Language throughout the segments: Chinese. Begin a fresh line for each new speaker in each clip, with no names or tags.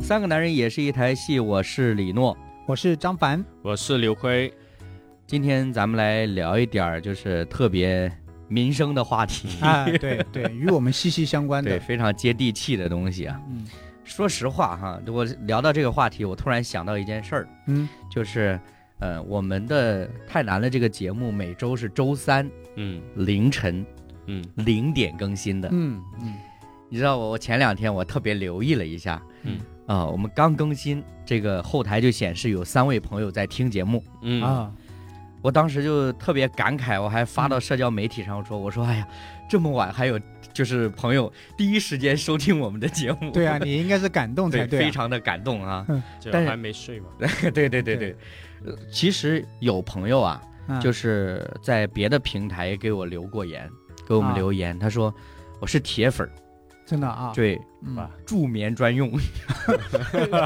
三个男人也是一台戏》，我是李诺。
我是张凡，
我是刘辉，
今天咱们来聊一点儿就是特别民生的话题，
嗯 哎
啊，对对，与我们息息相关
对，
的，
非常接地气的东西啊。
嗯
说实话哈，我聊到这个话题，我突然想到一件事儿，
嗯，
就是呃，我们的《太难了》这个节目每周是周三
嗯
凌晨
嗯
零点更新的。
嗯嗯，
你知道我我前两天我特别留意了一下，
嗯
啊、我们刚更新，这个后台就显示有三位朋友在听节目，
嗯，
啊，
我当时就特别感慨，我还发到社交媒体上我说，我说哎呀，这么晚还有就是朋友第一时间收听我们的节目，
对啊，你应该是感动才
对，
对
非
啊，
常的感动啊。
这
但是
还没睡 嘛？
对对对对，呃其实有朋友啊，
嗯
就是在别的平台给我留过言，给我们
啊
留言，他说我是铁粉儿，
真的啊，
对，
嗯
吧
助眠专用，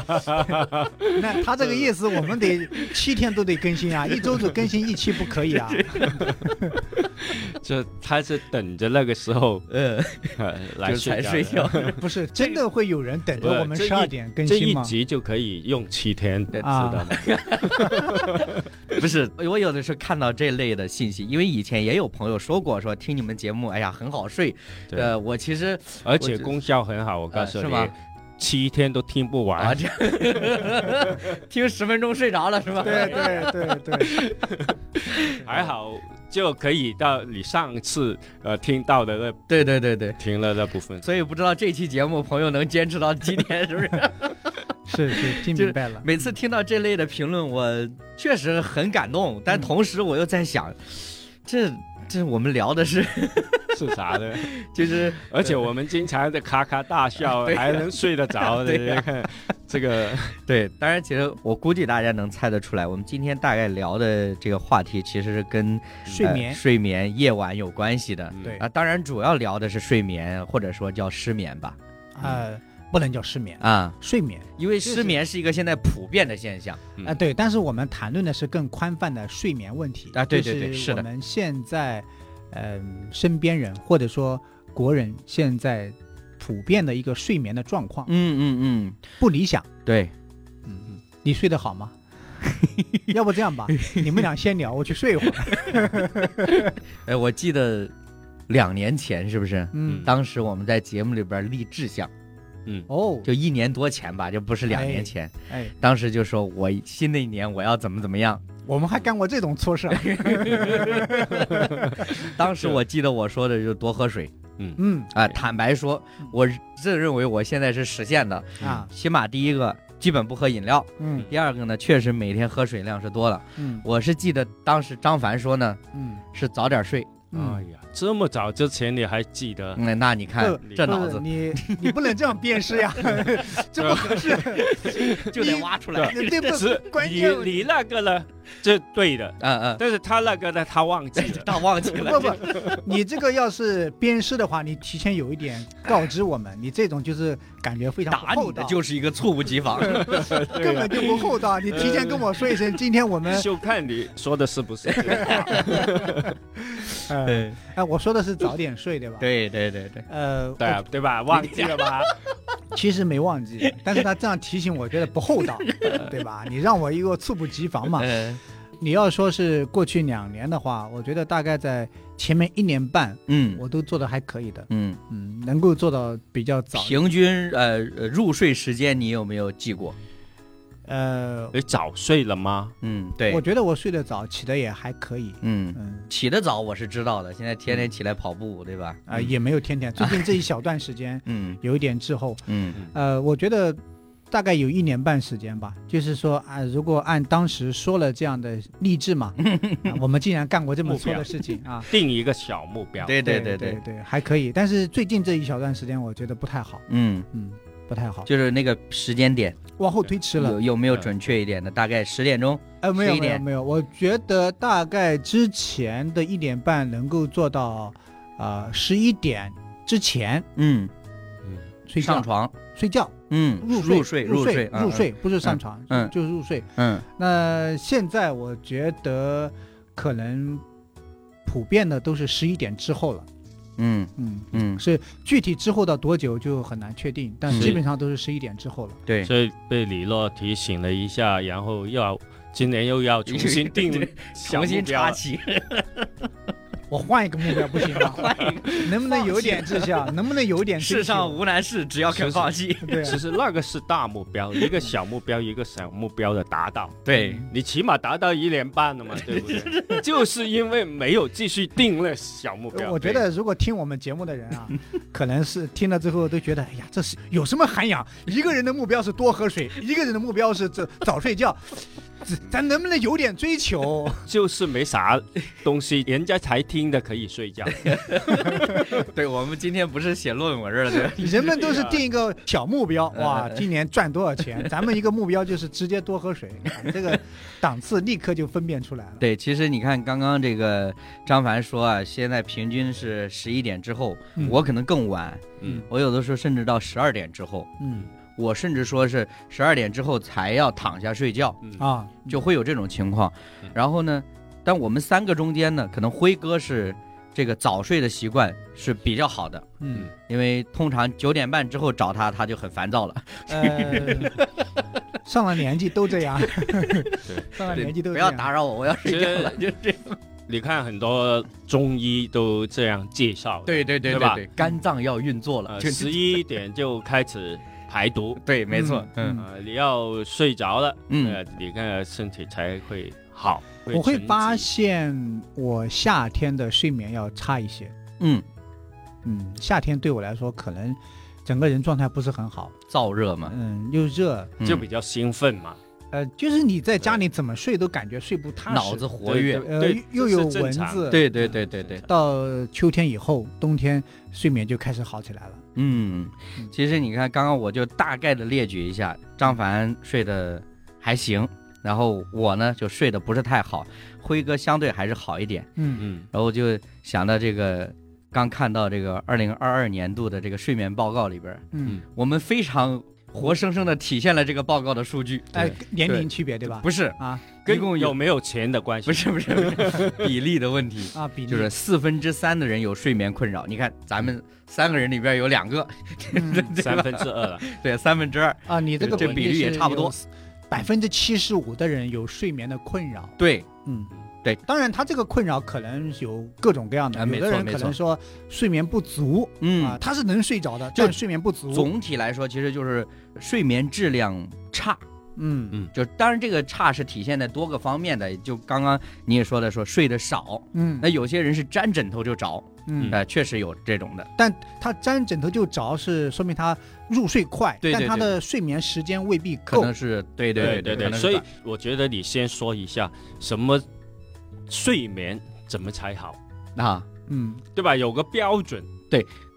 那他这个意思，我们得七天都得更新啊，一周只更新一期不可以啊，
这他是等着那个时候
呃，
呃来
就才睡
睡觉
觉
的。。
不是真的会有人等着我们
不是这一
十二点更
这一
新吗？
集就可以用七天，知
对
道
啊
吗？
不是，我有的时候看到这类的信息，因为以前也有朋友说过，说听你们节目，哎呀，很好睡。
对，
呃，我其实
而
我
且
就
功效很好，我告诉
呃
你，
是吗
七天都听不
啊，
完。
这 听十分钟睡着了是 吧？
对对对对，
还好就可以到你上次呃听到的那
对对对对。
听了那部 分。
所以不知道这期节目朋友能坚持到几点，是不是？
是是，听明白了，
每次听到这类的评论，我确实很感动，但
嗯
同时我又在想，这这我们聊的是
是啥的？
就是
而且我们经常的咔咔大 笑，
对呀
还能睡得着的。
对呀
你看 这个，
对，当然其实我估计大家能猜得出来，我们今天大概聊的这个话题其实是跟
睡
呃
眠
睡眠夜晚有关系的。
嗯
对
啊，当然主要聊的是睡眠，或者说叫失眠吧。
啊，不能叫失眠，
啊，
睡眠
因为
是
失眠是一个现在普遍的现象。
嗯
啊，对，但是我们谈论的是更宽泛的睡眠问题
啊对对对
就是
的
我们现在，嗯，身边人或者说国人现在普遍的一个睡眠的状况
嗯嗯
不理想。
嗯，对，
嗯嗯，你睡得好吗？ 要不这样吧，你们俩先聊，我去睡一 会儿。
哎，我记得两年前是不是？
嗯，
当时我们在节目里边立志向，
嗯，
哦，
就一年多前吧，就不是两年前。
哎，
当时就说我新的一年我要怎么怎么样。
我们还干过这种 错事啊。
当时我记得我说的就多喝水
嗯
啊、坦白说，我自认为我现在是实现的。
啊，
起码第一个基本不喝饮料，
嗯
第二个呢，确实每天喝水量是多了。
嗯
我是记得当时张凡说呢，
嗯
是早点睡。
哎
嗯，
呀，这么早之前你还记得？
那、那你看
呃
这
不是
脑子
你你不能这样 辨识呀，这不合适。
就得挖出来。
对不
是
关
你
键
你那个呢，这对的，
嗯 嗯，
但是他那个呢，他忘记 了。
大忘记了
不。不，你这个要是鞭尸的话，你提前有一点告知我们，你这种就是感觉非常
打
不厚
你的
道，
就是 一个猝不及防。
根本就不厚道。你提前跟我说一声，今天我们
就看你说的是不 是这个话
呃，
对
哎，我说的是早点睡，对吧？。
对对对对，
呃，
对啊对吧？忘记了吧？
我其实没忘记，但是他这样提醒，我觉得不厚 道，对吧？你让我一个猝不及防嘛。
嗯
你要说是过去两年的话，我觉得大概在前面一年半，
嗯
我都做的还可以的，
嗯，
嗯，能够做到比较早。
平均呃呃入睡时间你有没有记过？
呃，
你早睡了吗？
嗯，对
我，觉得我睡得早，起的也还可以，
嗯，
嗯。
起得早我是知道的，现在天天起来跑步，对吧？
啊、也没有天天，最近这一小段时间
嗯
有一点滞后。
嗯
呃，我觉得大概有一年半时间吧。就是说啊、如果按当时说了这样的励 志嘛，啊我们竟然干过这么
目
错
标。
的事情啊
定一个小目标。
对对
对
对
对
对，
还可以。但是最近这一小段时间，我觉得不太好，
嗯，
嗯，不太好，
就是那个时间点
往后推迟了嗯
有。有没有准确一点的？大概十点钟。
呃，没
11
有没有
点
没有，我觉得大概之前的一点半能够做到，呃，十一点之前
嗯，
嗯，
睡觉
上床。
睡觉
嗯，
入
入
睡
入
睡
嗯
入睡，不是上床，
嗯
就是入睡。
嗯
那现在我觉得可能普遍的都是十一点之后了，
嗯
嗯，
嗯，
是具体之后到多久就很难确定，但
是
基本上都是十一点之后了。
对，
所以被李洛提醒了一下，然后又要今年又要重新 定
对对
小
重
目
新
标
插
了，
旗，
我换一个目标不行吗？换一个，能不能有点志向？能不能有点
世
志
上
向？
无难事，只要肯
是是
放弃。
对啊
其实那个是大目标，一个小目标，一个小目标的达到，
对，
你起码达到一年半了嘛，对不 对？就是因为没有继续定那小目标，
我觉得如果听我们节目的人 啊，可能是听了之后都觉得，哎呀，这是有什么涵养？一个人的目标是多喝 水，一个人的目标是这早睡觉，这咱能不能有点追 求？
对就是没啥东西，人家才听的可以 睡觉，
对我们今天不是写论文了，对吧
人们都是定一个小 目标，
对啊
哇，
嗯
今年赚多 少钱？咱们一个目标就是直接多喝水，这个档次立刻就分辨出来了。
对，其实你看刚刚这个张凡说啊，现在平均是十一点之后，
嗯
我可能更晚，
嗯，
我有的时候甚至到十二点之后，
嗯
我甚至说是十二点之后才要躺下睡觉，
嗯，
啊，
就会有这种情况
嗯。
然后呢，但我们三个中间呢，可能辉哥是这个早睡的习惯是比较好的，
嗯。
因为通常九点半之后找他，他就很烦躁了。
呃， 上了年纪都这样，上了
对
年纪都
不
这
要
样。
打扰我，我要睡觉了，就这样。
你看很多中医都这样介绍的，
对对对
对吧
对，肝脏要运作了，
呃，
就
十一点就开始排毒，
对，没错，
嗯
嗯
呃，你要睡着了，
嗯
呃，你看身体才会好。
我会发
现，
现我夏天的睡眠要差一些，
嗯，
嗯，夏天对我来说可能整个人状态不是很好，
燥热嘛，
嗯，又热，
嗯
就比较兴奋嘛，
呃，就是你在家里怎么睡都感觉睡不踏实，
嗯脑子活跃。
对
呃
对
又
这是
有
正
蚊
常
子，
对对对对对，
到秋天以后，冬天睡眠就开始好起来了，
嗯
嗯，
其实你看，刚刚我就大概的列举一下，张凡睡得还行，然后我呢就睡得不是太好，辉哥相对还是好一点，
嗯
嗯，
然后就想到这个。刚看到这个二零二二年度的这个睡眠报告里边儿，
嗯，
我们非常活生生的体现了这个报告的数据。
哎，年
对
龄区别对吧？
不是，
啊
一
跟
共有
有没有钱的关系
不是不是不是比例的问题，
啊，比例
就是四分之三的人有睡眠困扰。你看咱们三个人里边有两个，
嗯
对
三
吧
分之二了，
对，三分之二，
啊，你这 个
这比率也差不多。嗯
百分之七十五的人有睡眠的困扰，
对，
嗯，
对。
当然，他这个困扰可能有各种各样的，
啊没
有
错
的人可能说睡眠不足啊、
嗯，
他是能睡着的，
就
但睡眠不足，
总体来说其实就是睡眠质量差，
嗯
就当然这个差是体现在多个方面的，就刚刚你也说的说睡得少，
嗯
那有些人是沾枕头就着，
嗯，
呃，确实有这种的，
但他沾枕头就着是说明他入睡快，
对对
但他的睡眠时间未必
可
够。
能是对
对
对可
对，
能是
所以
吧
我觉得你先说一下什么睡眠怎么才好，
啊，
嗯
对吧？有个标准，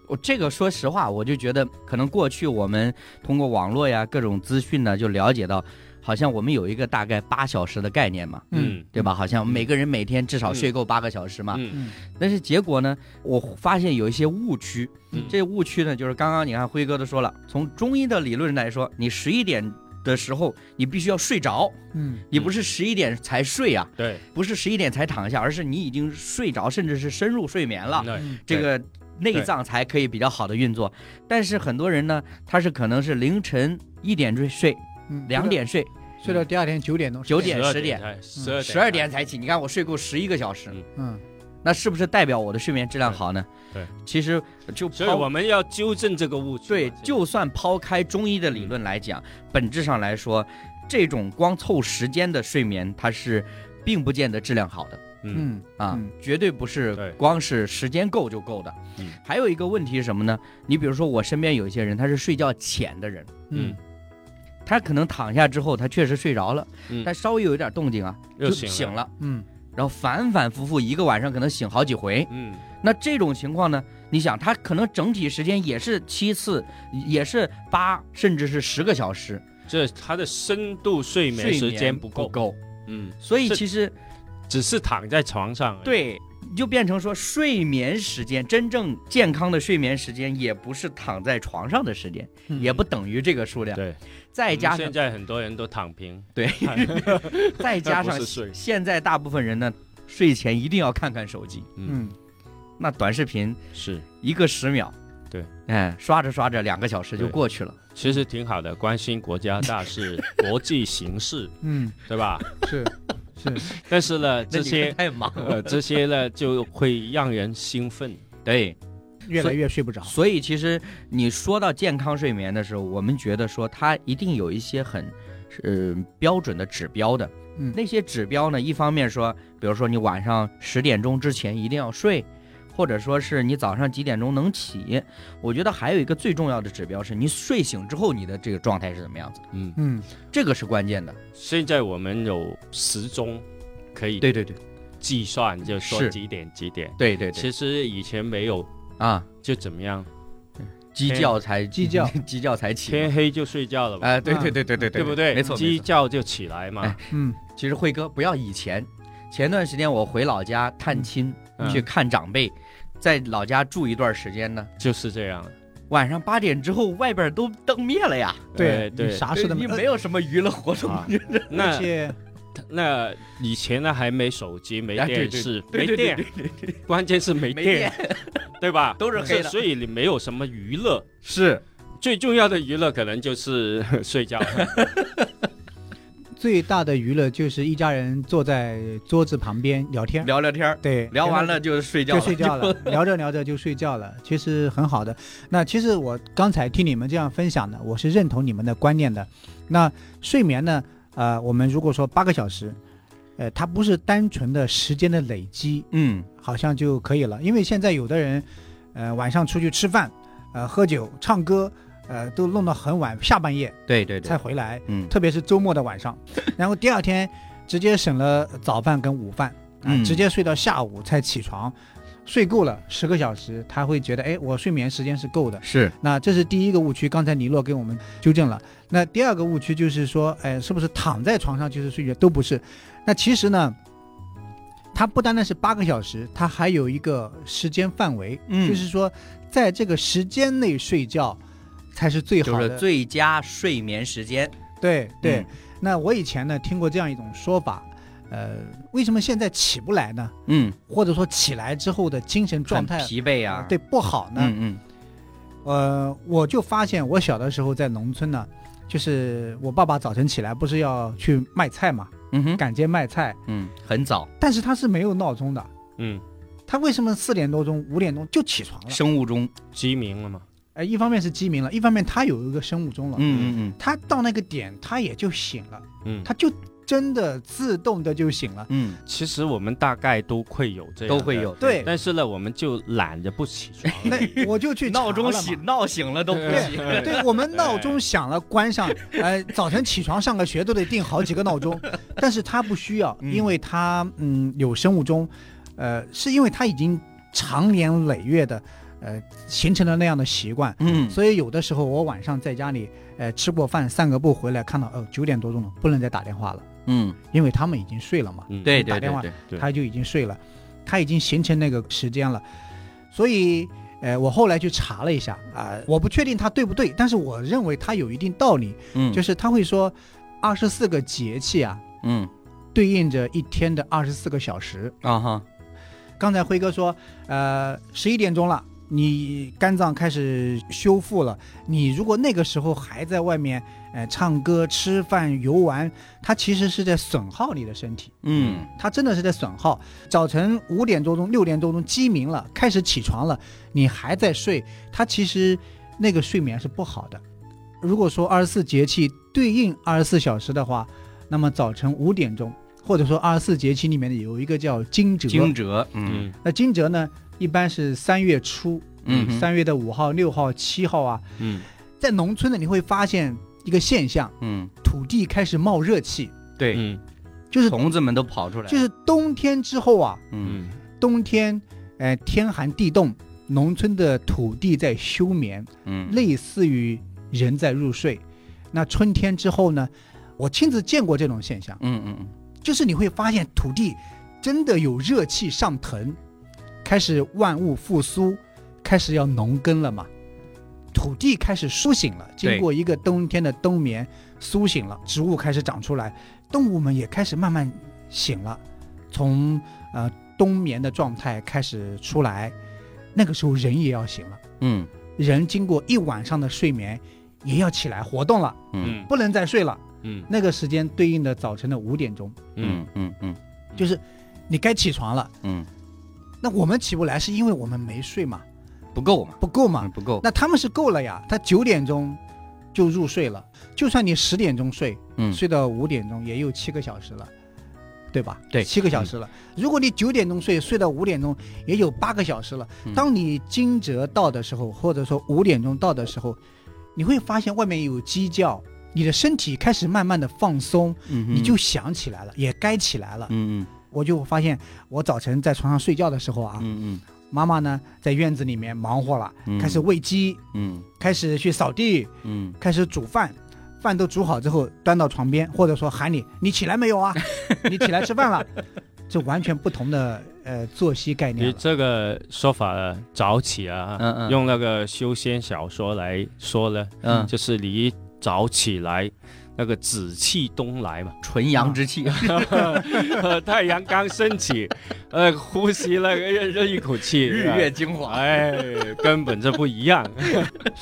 我这个说实话，我就觉得可能过去我们通过网络呀各种资讯呢，就了解到，好像我们有一个大概八小时的概念嘛，
嗯
对吧？好像每个人每天至少
嗯
睡够八个小时嘛。
嗯
嗯
但是结果呢，我发现有一些误区，
嗯
这误区呢，就是刚刚你看辉哥都说了，从中医的理论来说，你十一点的时候你必须要睡着，
嗯
你不是十一点才睡啊，
对
不是十一点才躺下，而是你已经睡着，甚至是深入睡眠了。
对
嗯
这个内脏才可以比较好的运作。但是很多人呢，他是可能是凌晨一点睡睡，
嗯
两点睡，
睡到第二天九点钟，
九点
12
10点嗯
才十二
十二点才起。你看我睡够十一个小时，
嗯
嗯
那是不是代表我的睡眠质量好呢？
对对
其实就
所以
抛
我们要纠正这个误区嘛。嗯
对
现，在
就算抛开中医的理论来讲，本质上来说，这种光凑时间的睡眠，它是并不见得质量好的。
嗯
嗯
啊，
嗯
绝对不是
对
光是时间够就够的。
嗯
还有一个问题是什么呢？你比如说我身边有一些人，他是睡觉浅的人，
嗯
嗯
他可能躺下之后他确实睡着了，
嗯
但稍微有一点动静啊，
又
就
醒了
醒了，
嗯
然后反反复复一个晚上可能醒好几回。
嗯
那这种情况呢，你想他可能整体时间也是七次，也是八甚至是十个小时，
这他的深度睡眠时间不
够
够，嗯，
所以
是
其实
只是躺在床上而已，
对，就变成说睡眠时间，真正健康的睡眠时间也不是躺在床上的时间，
嗯
也不等于这个数量。
对，
再加
现
上
在很多人都躺平，
对，再加
不
上
是睡
现在大部分人呢，睡前一定要看看手机，
嗯
那短视频
是，
一个十秒，
对，
哎，刷着刷着两个小时就
对
过去了。
其实挺好的，关心国家大 事、国际形势，
嗯，
对吧？
是是，
但是呢，
那
这
你
些
太忙了，
呃这些呢就会让人兴奋，
对。
越来越睡不着。
所以其实你说到健康睡眠的时候，我们觉得说它一定有一些很，呃标准的指标的。
嗯
那些指标呢，一方面说，比如说你晚上十点钟之前一定要睡，或者说是你早上几点钟能起。我觉得还有一个最重要的指标是你睡醒之后你的这个状态是怎么样子的，
嗯，
嗯，
这个是关键的。
现在我们有时钟可以
对对对
计算，就说
是
几点几点。
对对对
其实以前没有，
啊，
就怎么样，
鸡叫才
鸡叫
鸡叫才起嘛。
天黑就睡觉了吧，
哎，对对对对对
对不对？
没错没
鸡
错
叫就起来嘛
哎。
嗯
其实辉哥不要以前，前段时间我回老家探亲，
嗯
去看长辈，在老家住一段时间呢。
就是这样，
晚上八点之后，外边都灯灭了呀，
哎
对，你
对
啥事都
你没
有。
有什么娱乐活动。
啊
而
那
且
那以前呢还没手机，没
哎对
电
对
视，
对
没
对对
电，关键是没
没
电，对吧？
都是黑的
所以你没有什么娱乐，
是
最重要的娱乐可能就是 睡觉。
最大的娱乐就是一家人坐在桌子旁边聊天，
聊聊天儿，
对，
聊完了就睡觉
就
了，
睡觉了， 聊着聊着就睡觉了，其实很好的。那其实我刚才听你们这样分享呢，我是认同你们的观念的。那睡眠呢，呃，我们如果说八个小时，呃，它不是单纯的时间的累积，
嗯，
好像就可以了。因为现在有的人，呃，晚上出去吃饭，呃，喝酒、唱歌，呃，都弄到很晚，下半夜
对对
才
对，
回来，
嗯，
特别是周末的 晚上，然后第二天直接省了早饭跟午饭，啊、
嗯
直接睡到下午才起床，睡够了十个小时，他会觉得，哎，我睡眠时间是够的。
是
那这是第一个误区，刚才尼洛给我们纠正了。那第二个误区就是说，哎，是不是躺在床上就是睡觉？都不是。那其实呢，它不单单是八个小时，它还有一个时间范围，
嗯
就是说，在这个时间内睡觉才是最
就
好的。
是最佳睡眠时间，
对对、
嗯
那我以前呢听过这样一种说法，呃，为什么现在起不来呢？
嗯，
或者说起来之后的精神状态
很疲惫
呃
啊，
对，不好呢？
嗯
呃，我就发现我小的时候在农村呢，就是我爸爸早晨起来不是要去卖菜嘛，
嗯嗯哼，
赶街卖菜，
嗯，很早，
但是他是没有闹钟的，
嗯，
他为什么四点多钟、五点钟就起床了？
生物钟，
鸡鸣了嘛，
哎，一方面是鸡鸣了，一方面他有一个生物钟了，
嗯嗯
他到那个点他也就醒了，
嗯，
他就真的自动的就醒了。
嗯
其实我们大概都会有这
嗯，
样
都
的
会有，
对，。
但是呢，我们就懒得不起床
那我就去查
闹钟
了嘛
醒闹醒了都不
对
行，
对我们闹钟响了，关上，
哎
呃，早晨起床上个学都得定好几个闹 钟，但是他不需要，
嗯
因为他嗯有生物钟，呃，是因为他已经长年累月的呃形成了那样的习惯，
嗯，
所以有的时候我晚上在家里呃吃过饭散个步回来，看到哦九点多钟了，不能再打电话了，
嗯，
因为他们已经睡了嘛，
嗯，
对对
打
对
电话
对，
对
他就已经睡了，他已经形成那个时间了，所以，呃，我后来去查了一下啊、我不确定它对不对，但是我认为它有一定道理，
嗯，
就是他会说，二十四个节气啊，
嗯
对应着一天的二十四个小时。
啊哈，
刚才辉哥说，呃，十一点钟了。你肝脏开始修复了，你如果那个时候还在外面，呃，唱歌、吃饭、游玩，它其实是在损耗你的身体。
嗯
它真的是在损耗。早晨五点多钟、六点多钟鸡鸣了，开始起床了，你还在睡，它其实那个睡眠是不好的。如果说二十四节气对应二十四小时的话，那么早晨五点钟，或者说二十四节气里面的有一个叫惊蛰，
惊蛰，嗯
嗯，
那惊蛰呢，一般是三月初，
嗯，
三月的五号、六号、七号啊，
嗯
在农村呢，你会发现一个现象，
嗯，
土地开始冒热气，
对，
嗯
就是
虫子们都跑出来，
就是冬天之后啊，
嗯
嗯，
冬天，呃，天寒地冻，农村的土地在休眠，
嗯，
类似于人在入睡。那春天之后呢，我亲自见过这种现象，
嗯嗯
就是你会发现土地真的有热气上腾，开始万物复苏，开始要农耕了嘛，土地开始苏醒了，
对
经过一个冬天的冬眠，苏醒了，植物开始长出来，动物们也开始慢慢醒了，从呃冬眠的状态开始出来，那个时候人也要醒了，
嗯
人经过一晚上的睡眠，也要起来活动了，
嗯
嗯
不能再睡了。
嗯
那个时间对应的早晨的五点钟，
嗯
嗯嗯嗯
就是你该起床了。
嗯，
那我们起不来是因为我们没睡嘛，
不够嘛，
不够嘛。
嗯不够，
那他们是够了呀，他九点钟就入睡了，就算你十点钟睡，
嗯
睡到五点钟也有七个小时了，对吧？
对嗯
七个小时了。如果你九点钟睡，睡到五点钟也有八个小时了
嗯。
当你惊蛰到的时候，或者说五点钟到的时候，你会发现外面有鸡叫，你的身体开始慢慢的放松，
嗯哼
你就想起来了，也该起来了。
嗯嗯
我就发现，我早晨在床上睡觉的时候啊，
嗯嗯
妈妈呢在院子里面忙活了，
嗯，
开始喂鸡，
嗯
开始去扫地，
嗯
开始煮饭，饭都煮好之后端到床边，或者说喊你，你起来没有 啊？你起来吃饭了？这完全不同的呃作息概念
你
了。
这个说法呃早起啊，
嗯嗯
用那个修仙小说来说呢，
嗯，
就是你一早起来，那个紫气东 来嘛，
纯阳之
啊
气，
呃太阳刚升起，呃，呼吸了这这一口气，
日月精华，
哎，根本就不一样。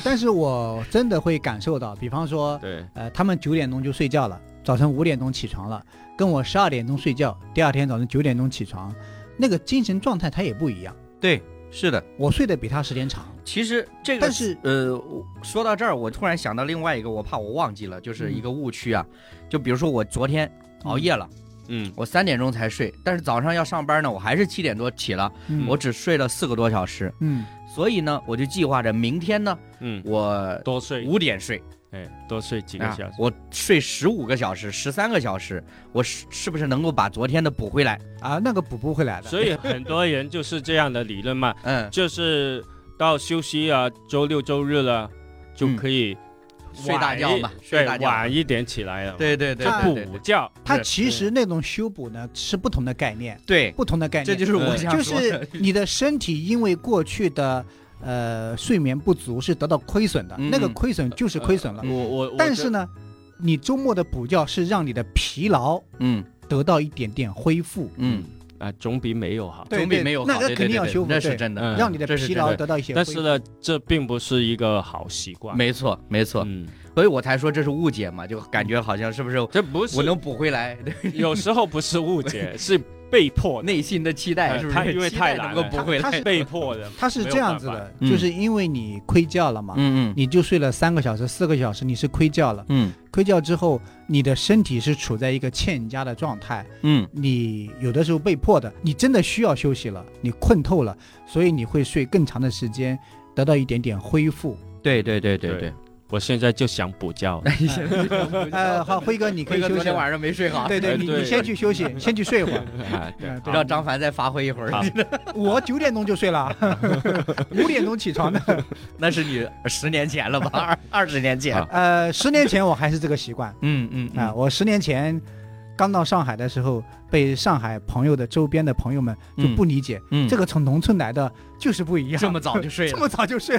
但是我真的会感受到，比方说，
对，
呃，他们九点钟就睡觉了，早晨五点钟起床了，跟我十二点钟睡觉，第二天早晨九点钟起床，那个精神状态它也不一样。
对，是的。
我睡得比他时间长，
其实这个，
但是
呃，我说到这儿，我突然想到另外一个，我怕我忘记了，就是
嗯
一个误区啊。就比如说我昨天熬夜了，
嗯
我三点钟才睡，但是早上要上班呢，我还是七点多起了，
嗯
我只睡了四个多小时。
嗯
所以呢，我就计划着明天呢，
嗯，
我
多睡，
五点睡，
哎，多睡几个
啊
小时。
我睡十五个小时、十三个小时，我是是不是能够把昨天的补回来？
啊，那个补不回 来的。
所以很多人就是这样的理论 嘛，
嗯，
就是到休息啊，周六周日了，就可以
睡大觉嘛
晚一
睡大觉
对，晚一点起来了，，
对对对
就
对对
补觉。
它
是
其实那种修补呢是不同的概念，
对，
不同的概念。
这就是我
嗯
想
就
说的
是 你的身体因为过去的呃睡眠不足是得到亏损的，
嗯
那个亏损就是亏损了。
我我，我
但是呢，你周末的补觉是让你的疲劳
嗯
得到一点点恢复，
嗯，
啊，总比没有好。
对
总比
对
没有好，
那个
对对
肯定要
对
修复
那是
对
真的。
嗯
让你的
这是
疲
真
劳
的
得到一些恢
但
复。
是呢，这并不是一个好习惯。
没错，没错，
嗯，
所以我才说这是误解嘛，就感觉好像是不是
这不是
我能补回来？对
有时候不是误解，是被迫 的，
内心的期待
呃
是不
他
是？
因为
期待
太懒
能够
了
补回
他
来
他。
被迫的。
它是这样子
没有
的，
嗯
就是因为你亏觉了嘛。
嗯嗯
你就睡了三个小时、四个小时，你是亏觉了。
嗯
亏觉之后，你的身体是处在一个欠佳的状态，
嗯
你有的时候被迫的，你真的需要休息了，你困透了，所以你会睡更长的时间，得到一点点 恢复。
嗯，对对对对对 哎
对。我现在就想补觉了。
呃，好，辉哥，你可
辉
以
哥
休
昨
息
天
了。
晚上没睡好，
对对，
哎
你
对
你先 去休息，先去睡一会儿。
啊对
嗯对
让张凡再发挥一会儿
好，
我九点钟就睡了啊，五点钟起床的。
那是你十年前了吧？二 二十年前
好。
呃，十年前我还是这个习惯
嗯嗯
啊、
嗯
我十年前刚到上海的时候，被上海朋友的周边的朋友们就不理解，
嗯，
这个从农村来的就是不一样，
这么早就睡
这
了，
么早就睡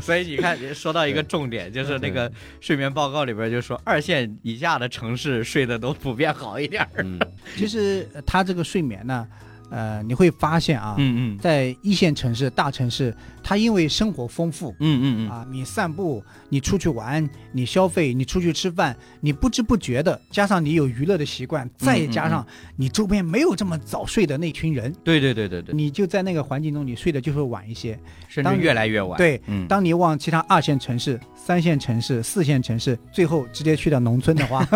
所以你看，说到一个重点，就是那个睡眠报告里边就说，二线以下的城市睡得都普遍好一点。
嗯，
其实呃它这个睡眠呢，呃，你会发现啊，
嗯
在一线城市、大城市，它因为生活丰富。
嗯
啊，你散步，你出去玩，你消费，你出去吃饭，你不知不觉的，加上你有娱乐的习
嗯
惯，再加上你周边没有这么早睡的那群人，
对对对对对，
你就在那个环境中，你睡得就会晚一些。
甚至越来越晚。，
对，
嗯，
当你往其他二线城市、三线城市、四线城市，最后直接去到农村的 话，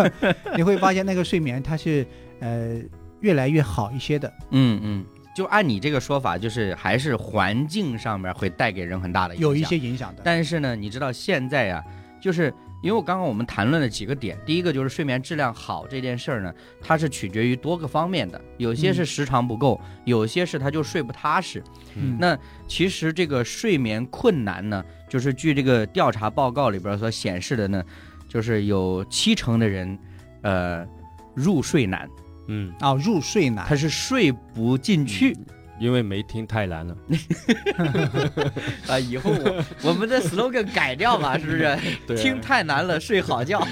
你会发现那个睡眠它是呃越来越好一些的。
嗯嗯，就按你这个说法，就是还是环境上面会带给人很大的影响。
有一些影响的。
但是呢，你知道现在呀、就是因为我刚刚我们谈论了几个点，第一个就是睡眠质量好这件事儿呢，它是取决于多个方面的，有些是
嗯
时长不够，有些是他就睡不踏实。
嗯
那其实这个睡眠困难呢，就是据这个调查报告里边所显示的呢，就是有七成的人，呃，入睡难，
嗯，
啊、入睡
他
难，
是睡不进去。
因为没听太难了。
啊，以后我我
啊
们的 slogan 改掉吧，是不是？
对啊
听太难了，睡好觉。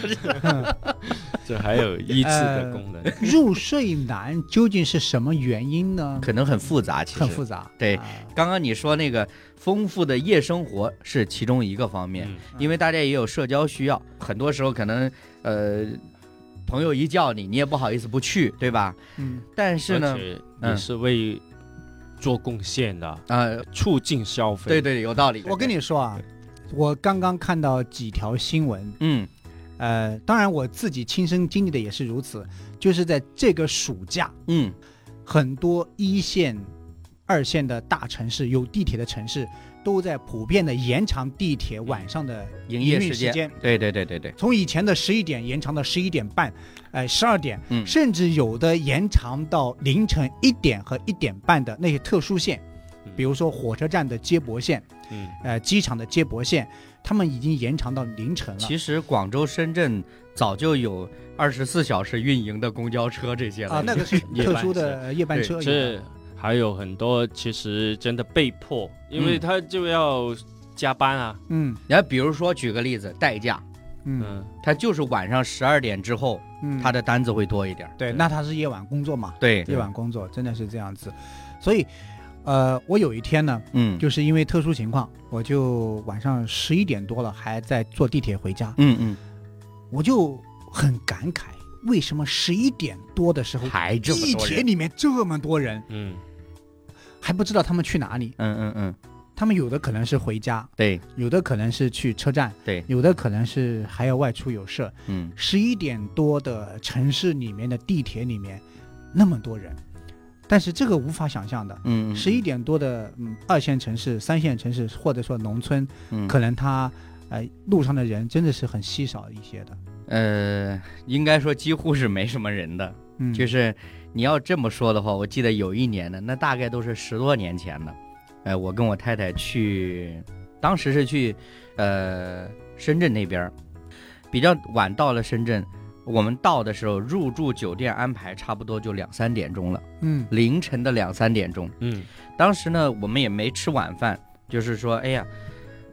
这还有益智的功
呃
能。
入睡难究竟是什么原因呢？
可能很复杂，其实
很复杂。
对
啊
刚刚你说那个丰富的夜生活是其中一个方面，
嗯
因为大家也有社交需要，很多时候可能呃朋友一叫你，你也不好意思不去，对吧？
嗯，
但是呢，，嗯
也是为做贡献的，
呃，
促进消费。
对对，有道理。
我跟
你，
你说啊，我刚刚看到几条新闻，
嗯
呃，当然我自己亲身经历的也是如此，就是在这个暑假，
嗯，
很多一线、二线的大城市有地铁的城市，都在普遍的延长地铁晚上的
营业
运
时间，
间。
对对对对对，
从以前的十一点延长到十一点半，呃，十二点，
嗯
甚至有的延长到凌晨一点和一点半的那些特殊线，
嗯
比如说火车站的接驳线，
嗯，
呃，机场的接驳线，他们已经延长到凌晨了。
其实广州、深圳早就有二十四小时运营的公交车这些了。
啊，那 个是
夜
特
班
殊
车
的夜班
对
车，
这还有很多其实真的被迫，因为
嗯
他就要加班啊。
嗯
然后比如说举个例子，代驾，
嗯
嗯，
它就是晚上十二点之后，
嗯，
它的单子会多一点儿。
对，那他是夜晚工作嘛，
对，
夜晚工作真的是这样子，所以，呃，我有一天呢，
嗯，
就是因为特殊情况，我就晚上十一点多了还在坐地铁回家，
嗯嗯。
我就很感慨，为什么十一点多的时候
还这么
地
多
铁
人，
里面这么多人，
嗯，
还不知道他们去哪里？
嗯嗯嗯，
他们有的可能是回家，
对，
有的可能是去车站，
对
有的可能是还要外出有事。
嗯
十一点多的城市里面的地铁里面，那么多人，但是这个无法想象的。
嗯，
十一点多的嗯二线城市、三线城市或者说农村，
嗯
可能他呃路上的人真的是很稀少一些的。
呃，应该说几乎是没什么人的，
嗯，
就是你要这么说的话，我记得有一年呢，那大概都是十多年前的，呃，我跟我太太去，当时是去，呃，深圳那边儿，比较晚到了深圳，我们到的时候入住酒店安排差不多就两三点钟了，
嗯
凌晨的两三点钟。
嗯，
当时呢，我们也没吃晚饭，就是说，哎呀，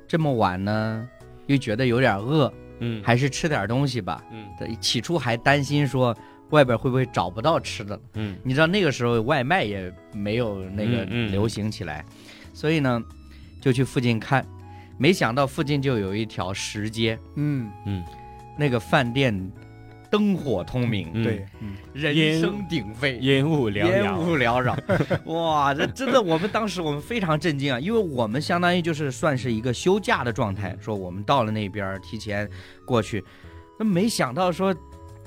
这么晚呢，又觉得有点饿，
嗯，
还是吃点东西吧。
嗯
起初还担心说外边会不会找不到吃的，
嗯
你知道那个时候外卖也没有那个
嗯嗯
流行起来，所以呢，就去附近看，没想到附近就有一条石街，
嗯，
嗯，
那个饭店灯火通明，
嗯
对，嗯
人
烟
声鼎沸，
烟雾缭
烟
缭。
雾缭绕，哇，这真的，我们当时我们非常震惊啊，因为我们相当于就是算是一个休假的状态，说我们到了那边儿提前过去，那没想到说，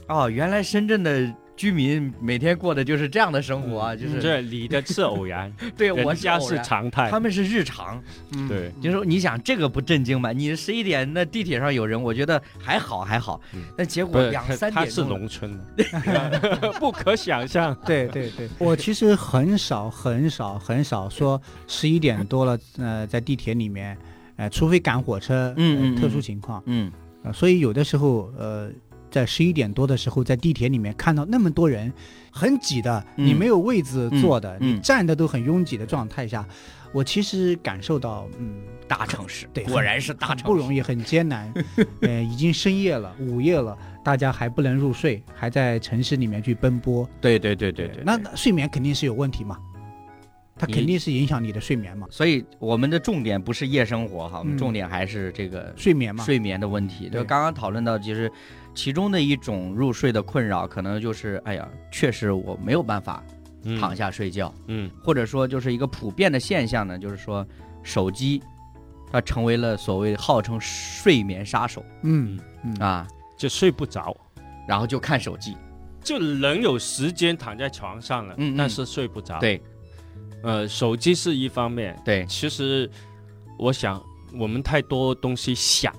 哦，原来深圳的居民每天过的就是这样的生活啊，就
嗯
是
这你的是偶然，
对 我
人
是
家
偶
是
然
常态
他。们是日常，
嗯
对，
就是说你想这个不震惊吧？你十一点那地铁上有人，我觉得还好还好
嗯，
但结
不
果
是
两
他
三
他
点
是
钟了，
农村的， 不可想象。
对对 对，我其实很少很少很少说十一点多了，呃，在地铁里面，呃，除非赶火车，
嗯嗯嗯
呃特殊情况，
嗯
呃，所以有的时候，呃，在十一点多的时候，在地铁里面看到那么多人，很挤的，
嗯
你没有位置坐的，
嗯嗯
你站的都很拥挤的状态下，我其实感受到，嗯，
大城市
对，
果然是大
很
城市，
不容易，很 艰难，呃，已经深夜了，午夜了，大家还不能入睡，还在城市里面去奔波，
对对对对对，
那那睡眠肯定是有问题嘛，它
你
肯定是影响你的睡眠嘛，
所以我们的重点不是夜生活哈，我们
嗯
重点还是这个
睡眠嘛，
睡眠的问题。
对
就刚刚讨论到，其实其中的一种入睡的困扰，可能就是哎呀，确实我没有办法
嗯
躺下睡觉，
嗯
或者说就是一个普遍的现象呢，就是说手机它成为了所谓号称睡眠杀手
嗯嗯，
啊，
就睡不着，
然后就看手机，
就人有时间躺在床上了，
嗯嗯
但是睡不
啊
着。，
对
呃，手机是一方面，
对，
其实我想我们太多东西想。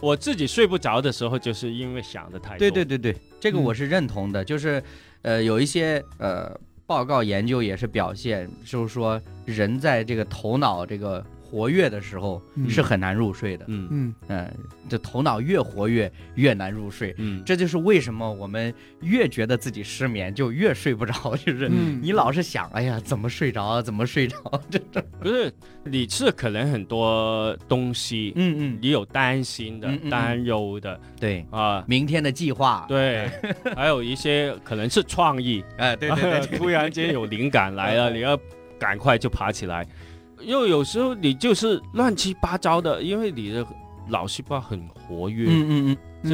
我自己睡不着的时候，就是因为想的太多。
对对对对，这个
嗯
我是认同的，就是呃有一些呃报告研究也是表现，就是说人在这个头脑这个活跃的时候
嗯
是很难入睡的。
嗯
嗯，
嗯，这头脑越活跃越难入睡，
嗯，
这就是为什么我们越觉得自己失眠就越睡不着，就是
嗯
你老是想，哎呀，怎么睡着啊，怎么睡着 啊？这这，
不是你是可能很多东西，
嗯嗯，
你有担心的、
嗯嗯嗯
担忧的
对，
啊。
明天的计划，，
对， 还有一些可能是创意，
哎，对对 对对，
突然间有灵感来 了，你要赶快就爬起来。又有时候你就是乱七八糟的，因为你的脑细胞很活跃，
嗯嗯嗯，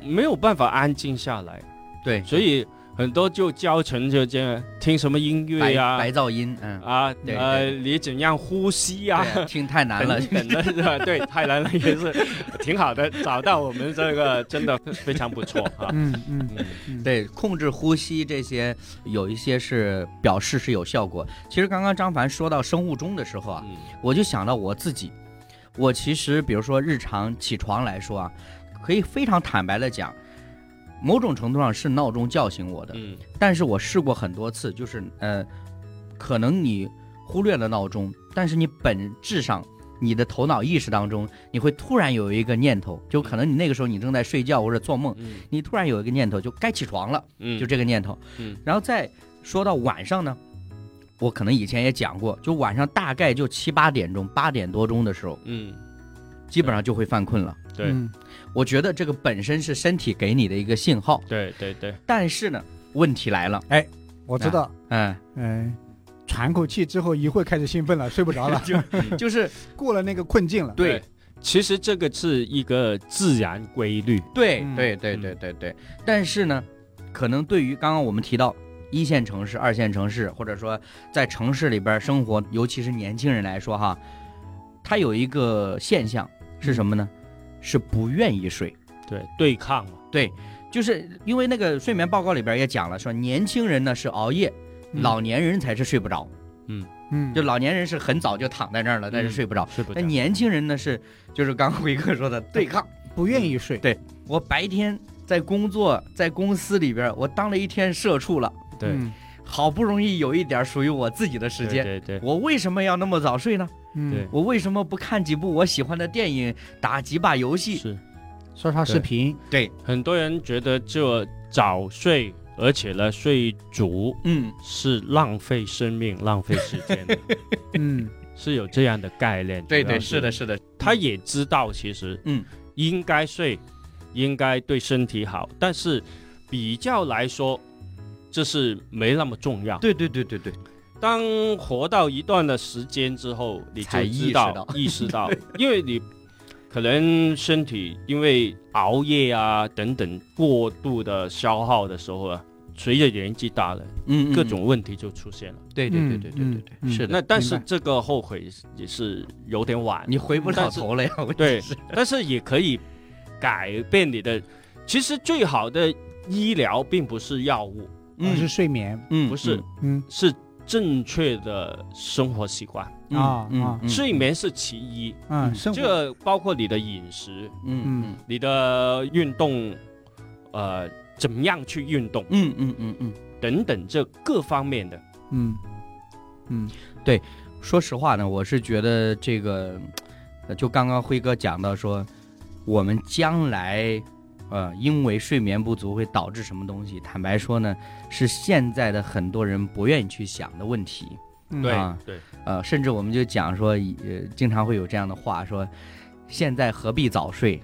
这没有办法安静下来，
对，
所以很多就教程就这样听什么音乐
白
呀、
白噪音，嗯，
啊，
对
呃，
对
你怎样呼吸啊呀、
对啊听太难了
等，等的是 吧？对，太难了也是挺好的，找到我们这个真的非常不错 啊。
嗯嗯
嗯
嗯，
对，控制呼吸这些有一些是表示是有效果。其实刚刚张凡说到生物钟的时候啊，
嗯
我就想到我自己，我其实比如说日常起床来说啊，可以非常坦白的讲，某种程度上是闹钟叫醒我的，
嗯
但是我试过很多次，就是呃，可能你忽略了闹钟，但是你本质上。你的头脑意识当中，你会突然有一个念头，就可能你那个时候你正在睡觉或者做梦，
嗯
你突然有一个念头，就该起床了。
嗯，
就这个念头。
嗯，
然后再说到晚上呢，我可能以前也讲过，就晚上大概就七八点钟、八点多钟的时候，
嗯
基本上就会犯困了。
对
嗯
我觉得这个本身是身体给你的一个信号，
对对对，
但是呢，问题来了，
我知道，
嗯，
嗯，喘口气之后一会儿开始兴 奋了，睡不着了，
就是
过了那个困境了。
对
其实这个是一个自然规律。
对
嗯
对对对对对，但是呢，可能对于刚刚我们提到。一线城市、二线城市，或者说在城市里边生活，尤其是年轻人来说，哈，他有一个现象是什么呢？是不愿意睡。
对，对抗嘛。
就是因为那个睡眠报告里边也讲了，说年轻人呢是熬夜，
嗯
老年人才是睡不着。
嗯，
就老年人是很早就躺在那儿了，但是睡不着。
睡不
那
着。
年轻人呢是，就是刚辉哥说的 对抗。
不愿意睡。
我白天在工作，在公司里边，我当了一天社畜了，
对
嗯
好不容易有一点属于我自己的时
对
间，
对对，
我为什么要那么早睡呢？
嗯
对，
我为什么不看几部我喜欢的电影，打几把游戏？
是
刷刷视频，
对，
很多人觉得就早睡，而且呢睡足
嗯，
是浪费生命、浪费时间 的，
嗯
是有这样的概念。
对
主要
对，是的，，是的，
他也知道其实
嗯
应该睡，应该对身体好，但是比较来说，这是没那么重要。
对对对对对，
当活到一段的时间之后，你就
才
知
意识
道
到
意识 到，因为你可能身体因为熬夜啊等等过度的消耗的时候啊，随着年纪大了，
嗯，嗯
各
嗯
种问题就出现了。
对对对对对对
嗯嗯
对，是的。
那但是
明白
这个后悔也是有点晚，
你回不了
但是
头了呀！我
对，但是也可以改变你的。其实最好的医疗并不是药物，
而
嗯
是睡眠。
嗯
不是
嗯
是正确的生活习惯。
啊啊
睡眠是其一，
嗯，
嗯
生活
这包括你的饮食、
嗯
嗯
嗯
你的运动，呃，怎么样去运动
嗯嗯嗯嗯。
等等，这各方面的。
嗯嗯
说实话呢，我是觉得这个，呃就刚刚辉哥讲到说，我们将来，呃，因为睡眠不足会导致什么东西？坦白说呢，是现在的很多人不愿意去想的问题。
嗯
对
啊
对，
呃，甚至我们就讲说，呃，经常会有这样的话说，现在何必早睡？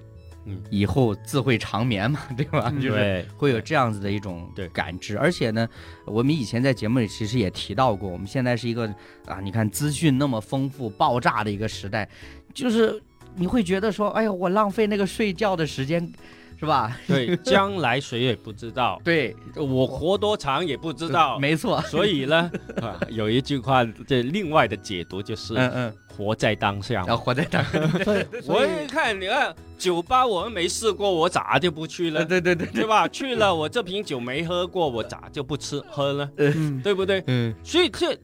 嗯
以后自会长眠嘛，对吧？
嗯
就是
对，
会有这样子的一种
对
感知，而且呢，我们以前在节目里其实也提到过，我们现在是一个啊，你看资讯那么丰富、爆炸的一个时代，就是你会觉得说，哎呀，我浪费那个睡觉的时间，是吧？
对，将来谁也不知道，
对，
我活多长也不知道。
没错，
所以呢，啊有一句话，这另外的解读就是
嗯啊嗯，
活在当下嘛。
然后活在当下，
所以
我
所以
一看，你看酒吧我们没试过，我咋就不去 了？
对对对，
对吧？去了我这瓶酒没喝过，我咋就不吃喝呢？
嗯
对不对？
嗯，
所以这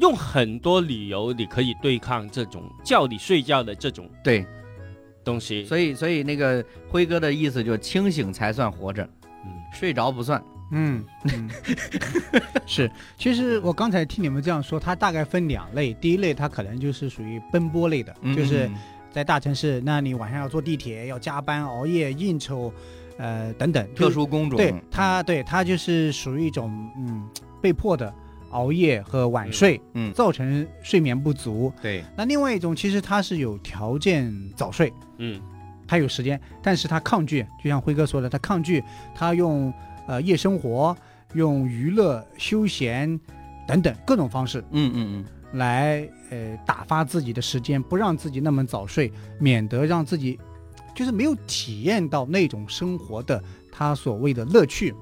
用很多理由，你可以对抗这种叫你睡觉的这种
对，
东西。
所以所以那个辉哥的意思就是清醒才算活着，
嗯，
睡着不算，
嗯，嗯 是。其实我刚才听你们这样说，它大概分两类。第一类，它可能就是属于奔波类的，就是
嗯
在大城市，那你晚上要坐地铁，要加班、熬夜、应酬，呃，等等。
特
就
殊工种，
对它，对它就是属于一种嗯被迫的熬夜和晚
嗯
睡，
嗯
造成睡眠不足。
对，
那另外一种，其实它是有条件早睡，
嗯
他有时间，但是他抗拒，就像辉哥说的，他抗拒，他用呃夜生活、用娱乐、休闲等等各种方式
嗯嗯嗯，
来呃打发自己的时间，不让自己那么早睡，免得让自己就是没有体验到那种生活的他所谓的乐趣。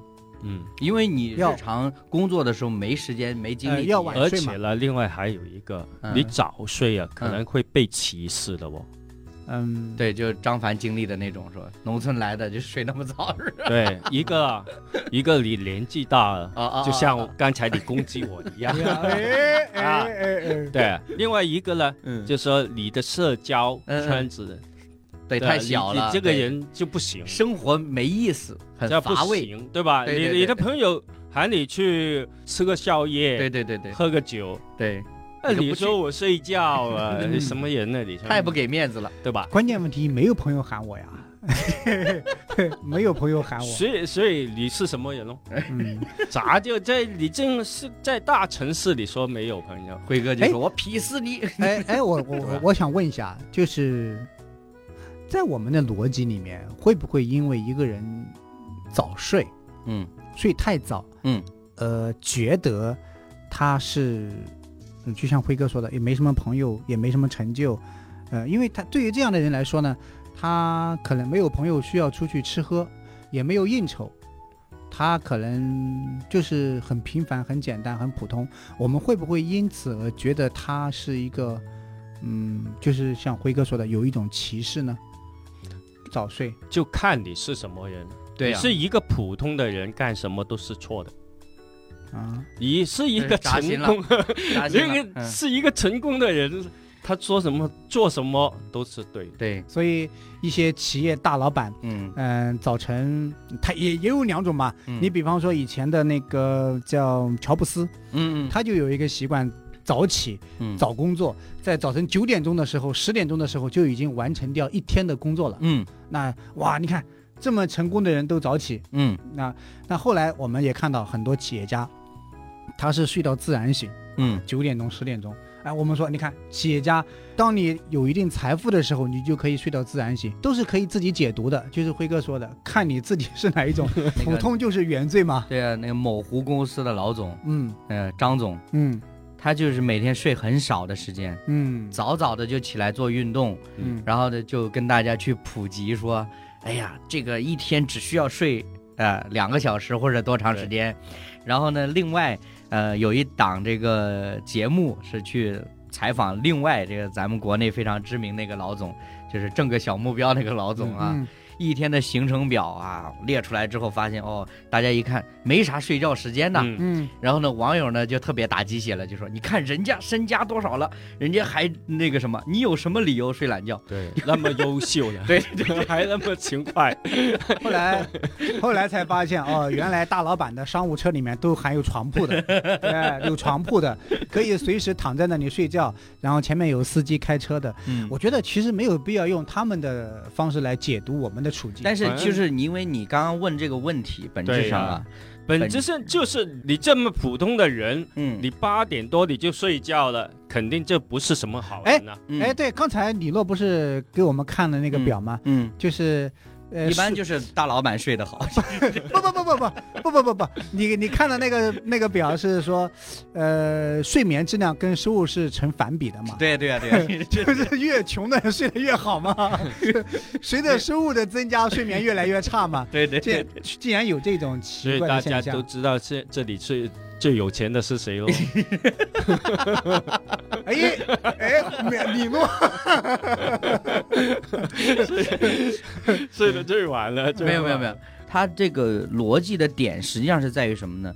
嗯，
因为你日
要
常工作的时候没时间没精
呃
力，
要晚
而
睡嘛
且呢，另外还有一个，
嗯
你早睡啊，可能会被歧视的哦。
嗯，，
对，就张凡经历的那种，说农村来的就睡那么早是吧？
对，一个啊，一个你年纪大了，
啊啊
就像刚才你攻击我 一样。
哎哎
啊
哎哎，
对，另外一个呢，
嗯，
就说你的社交
嗯嗯
圈子
对，啊
对啊
太小
你
了，
你这个
对
人就不行，
生活没意思，很
这不
乏味，
行，对吧？
对对
你
对
你的朋友喊你去吃个宵夜，
对对对对
喝个酒，
对，
那
你就
你
不去
说我睡觉 啊，你什么人呢？你说
太不给面子了，
对吧？
关键问题没有朋友喊我呀， 没有朋友喊我，
所以所以你是什么人咯？
嗯。
咋就在你正是在大城市里说没有朋友？
辉哥就
哎
说：“我鄙视你。
哎哎，我我
吧
我我想问一下，就是在我们的逻辑里面，会不会因为一个人早睡，”
嗯，
睡太早，
嗯，
呃，觉得他是，嗯，就像辉哥说的，也没什么朋友，也没什么成就，呃，因为他对于这样的人来说呢，他可能没有朋友需要出去吃喝，也没有应酬。他可能就是很平凡、很简单、很普通。我们会不会因此而觉得他是一个，嗯，就是像辉哥说的，有一种歧视呢？早睡，
就看你是什么人。
对啊呀、
你是一个普通的人，干什么都是错的。
啊，
你是一个
嗯扎
成
心了
功，
扎心了
这个
嗯
是一个成功的人，他说什么做什么都是对的。
对，
所以一些企业大老板，
嗯，
嗯、早晨他也也有两种嘛。
嗯
你比方说以前的那个叫乔布斯，
嗯嗯
他就有一个习惯，早起
嗯
早工作，在早晨九点钟的时候、十点钟的时候就已经完成掉一天的工作了。
嗯
那哇，你看这么成功的人都早起，
嗯
那那后来我们也看到很多企业家，他是睡到自然醒。
嗯
九点钟、十点钟。哎，我们说，你看，企业家，当你有一定财富的时候，你就可以睡到自然醒，都是可以自己解读的。就是辉哥说的，看你自己是哪一种，
嗯， 那
普
个
通就是原罪嘛。
对啊，那个某湖公司的老总，
嗯
呃，张总，
嗯
他就是每天睡很少的时间，
嗯，
早早的就起来做运动，
嗯
然后呢就跟大家去普及说，哎呀，这个一天只需要睡呃两个小时或者多长时间，然后呢，另外呃有一档这个节目是去采访另外这个咱们国内非常知名那个老总，就是挣个小目标那个老总啊，
嗯
一天的行程表啊列出来之后，发现哦，大家一看没啥睡觉时间呐。
嗯
嗯
然后呢，网友呢就特别打鸡血了，就说：“你看人家身家多少了，人家还那个什么，你有什么理由睡懒觉
对，那么优秀的，
对
对， 还那么勤快，
后来后来才发现，哦，原来大老板的商务车里面都含有床铺的，对，有床铺的，可以随时躺在那里睡觉，然后前面有司机开车的。？”
嗯
我觉得其实没有必要用他们的方式来解读我们的处境。
但是
反正
就是你因为你刚刚问这个问题，本质上啊，
本质上就是你这么普通的人，
嗯，
你八点多你就睡觉了，肯定这不是什么好人啊呐。
嗯
哎，，对，刚才李洛不是给我们看了那个表吗？
嗯，
就是，呃，
一般
是
就是大老板睡得好，
不不不不不不不不不，你你看的那个那个表是说，呃，睡眠质量跟收入是成反比的嘛？
对对啊对 啊，这
就是越穷的人睡得越 好嘛，随着收入的增加，睡眠越来越差嘛。
对对
哎这
对，
既然有这种
所
奇
以
怪
大
的
家
现
都
象，
知道这这里最最有钱的是 谁喽？
哎哎，李诺，
睡得最晚了，最
没有没有
晚
没有，他这个逻辑的点实际上是在于什么呢？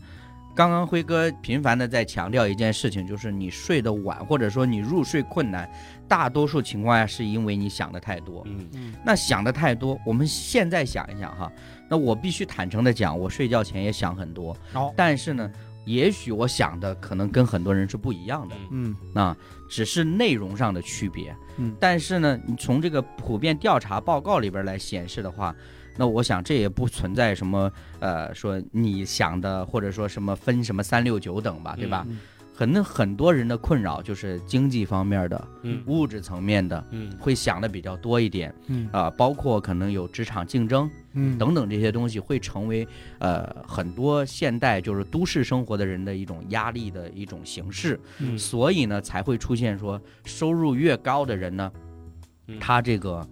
刚刚辉哥频繁的在强调一件事情，就是你睡得晚，或者说你入睡困难，大多数情况下是因为你想的太多。
嗯
嗯
那想的太多，我们现在想一想哈，那我必须坦诚的讲，我睡觉前也想很多，
好，
但是呢，也许我想的可能跟很多人是不一样的。
嗯
嗯
啊，只是内容上的区别。
嗯
但是呢，你从这个普遍调查报告里边来显示的话，那我想这也不存在什么呃说你想的或者说什么分什么三六九等吧，对吧？
嗯
可能很多人的困扰就是经济方面的、
嗯
物质层面的，
嗯
会想的比较多一点
嗯
啊、包括可能有职场竞争
嗯
等等这些东西，会成为呃很多现代就是都市生活的人的一种压力的一种形式。
嗯
所以呢，才会出现说收入越高的人呢，
嗯
他这个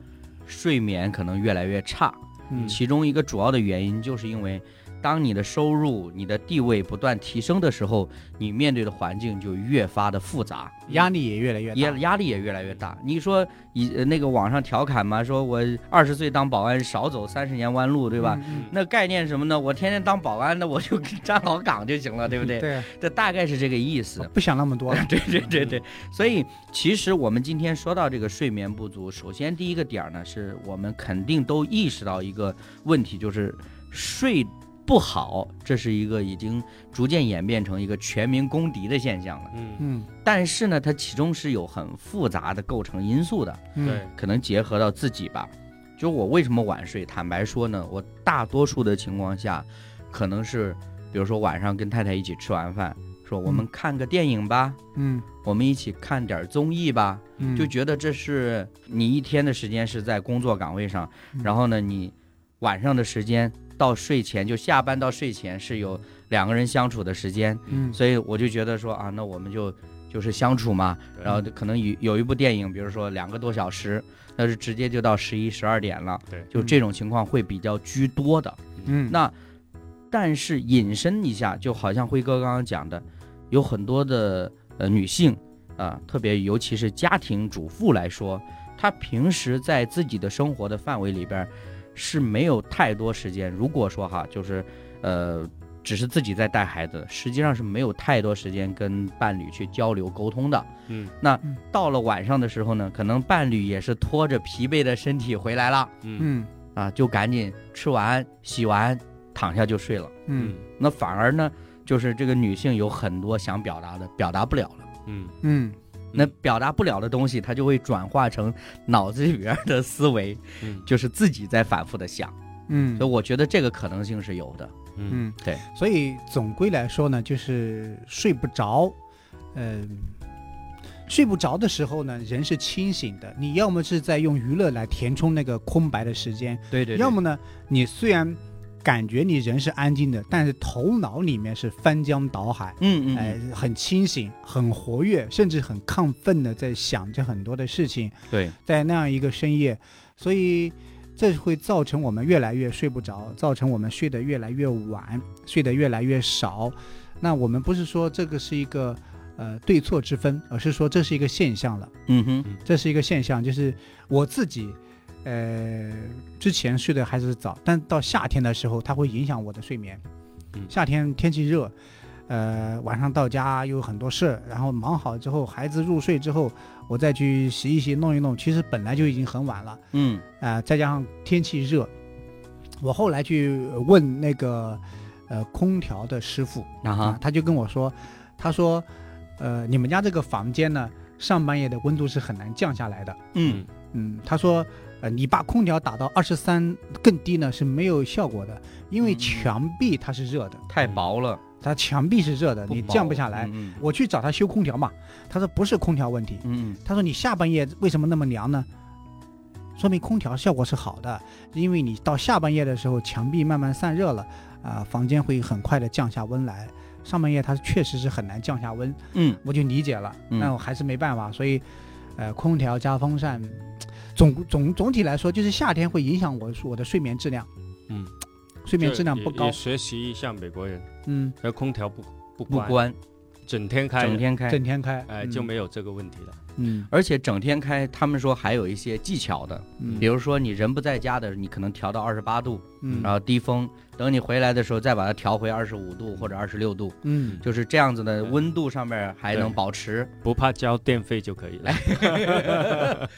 睡眠可能越来越差。
嗯
其中一个主要的原因，就是因为当你的收入、你的地位不断提升的时候，你面对的环境就越发的复杂，
压力也越来越
压
大，
压力也越来越大。你说以呃那个网上调侃嘛，说我二十岁当保安，少走三十年弯路，对吧？
嗯？
那概念是什么呢？我天天当保安，那我就站好岗就行了，对不
嗯
对？
对，
这大概是这个意思。
不想那么多
。
了
对对对对，所以其实我们今天说到这个睡眠不足，首先第一个点儿呢，是我们肯定都意识到一个问题，就是睡不好，这是一个已经逐渐演变成一个全民公敌的现象了。
嗯
嗯，
但是呢，它其中是有很复杂的构成因素的，
嗯
对，
可能结合到自己吧。就我为什么晚睡？坦白说呢，我大多数的情况下，可能是比如说晚上跟太太一起吃完饭，说我们
嗯
看个电影吧。
嗯
我们一起看点儿综艺吧，
嗯，
就觉得这是你一天的时间是在工作岗位上，
嗯
然后呢，你晚上的时间到睡前，就下班到睡前是有两个人相处的时间，
嗯
所以我就觉得说啊，那我们就就是相处嘛，
对
然后可能有有一部电影，比如说两个多小时，那是直接就到十一十二点了，
对
就这种情况会比较居多的。
嗯
那但是引申一下，就好像辉哥刚刚讲的，有很多的呃女性啊、特别尤其是家庭主妇来说，她平时在自己的生活的范围里边儿是没有太多时间。如果说哈，就是呃。只是自己在带孩子，实际上是没有太多时间跟伴侣去交流沟通的。
嗯
那
嗯
到了晚上的时候呢，可能伴侣也是拖着疲惫的身体回来了，
嗯
嗯
啊，就赶紧吃完、洗完，躺下就睡了。
嗯
那反而呢，就是这个女性有很多想表达的，表达不了了。
嗯
嗯
那表达不了的东西，它就会转化成脑子里边儿的思维，
嗯
就是自己在反复的想。
嗯
所以我觉得这个可能性是有的。
嗯
嗯，
对，
所以总归来说呢，就是睡不着，嗯、睡不着的时候呢，人是清醒的，你要么是在用娱乐来填充那个空白的时间，
对对
要么呢，你虽然感觉你人是安静的，但是头脑里面是翻江倒海。
嗯嗯，
哎
嗯，
很清醒，很活跃，甚至很亢奋的在想着很多的事情，
对，
在那样一个深夜，所以这会造成我们越来越睡不着，造成我们睡得越来越晚，睡得越来越少。那我们不是说这个是一个呃对错之分，而是说这是一个现象了，
嗯哼，
这是一个现象，就是我自己。呃，之前睡得还是早，但到夏天的时候，它会影响我的睡眠
嗯。
夏天天气热，呃，晚上到家又有很多事儿，然后忙好之后，孩子入睡之后，我再去洗一洗、弄一弄，其实本来就已经很晚了，
嗯
啊，再加上天气热，我后来去问那个呃空调的师傅
啊
啊
哈，，
他就跟我说，他说，呃，你们家这个房间呢，上半夜的温度是很难降下来的，
嗯
嗯，他说，呃，你把空调打到二十三更低呢是没有效果的，因为
嗯
墙壁它是热的，
太薄了，
它墙壁是热的，
不
你
薄
降不下来。
嗯
我去找他修空调嘛，他说不是空调问题，
嗯
他说你下半夜为什么那么凉呢？说明空调效果是好的，因为你到下半夜的时候，墙壁慢慢散热了，啊、房间会很快的降下温来。上半夜它确实是很难降下温，
嗯
我就理解了，
嗯
但我还是没办法，所以，呃，空调加风扇，总总总体来说，就是夏天会影响我我的睡眠质量，
嗯，
睡眠质量不
也
高
也，学习一下美国人，
嗯
那空调不不
嗯，不
关，
关，
整天开的，
整天开，
整天开，
哎、就没有这个问题了。
嗯
而且整天开，他们说还有一些技巧的，
嗯
比如说你人不在家的，你可能调到二十八度，
嗯
然后低风，等你回来的时候再把它调回二十五度或者二十六度，
嗯，
就是这样子的
对
温度上面还能
对
保持。
不怕交电费就可以了。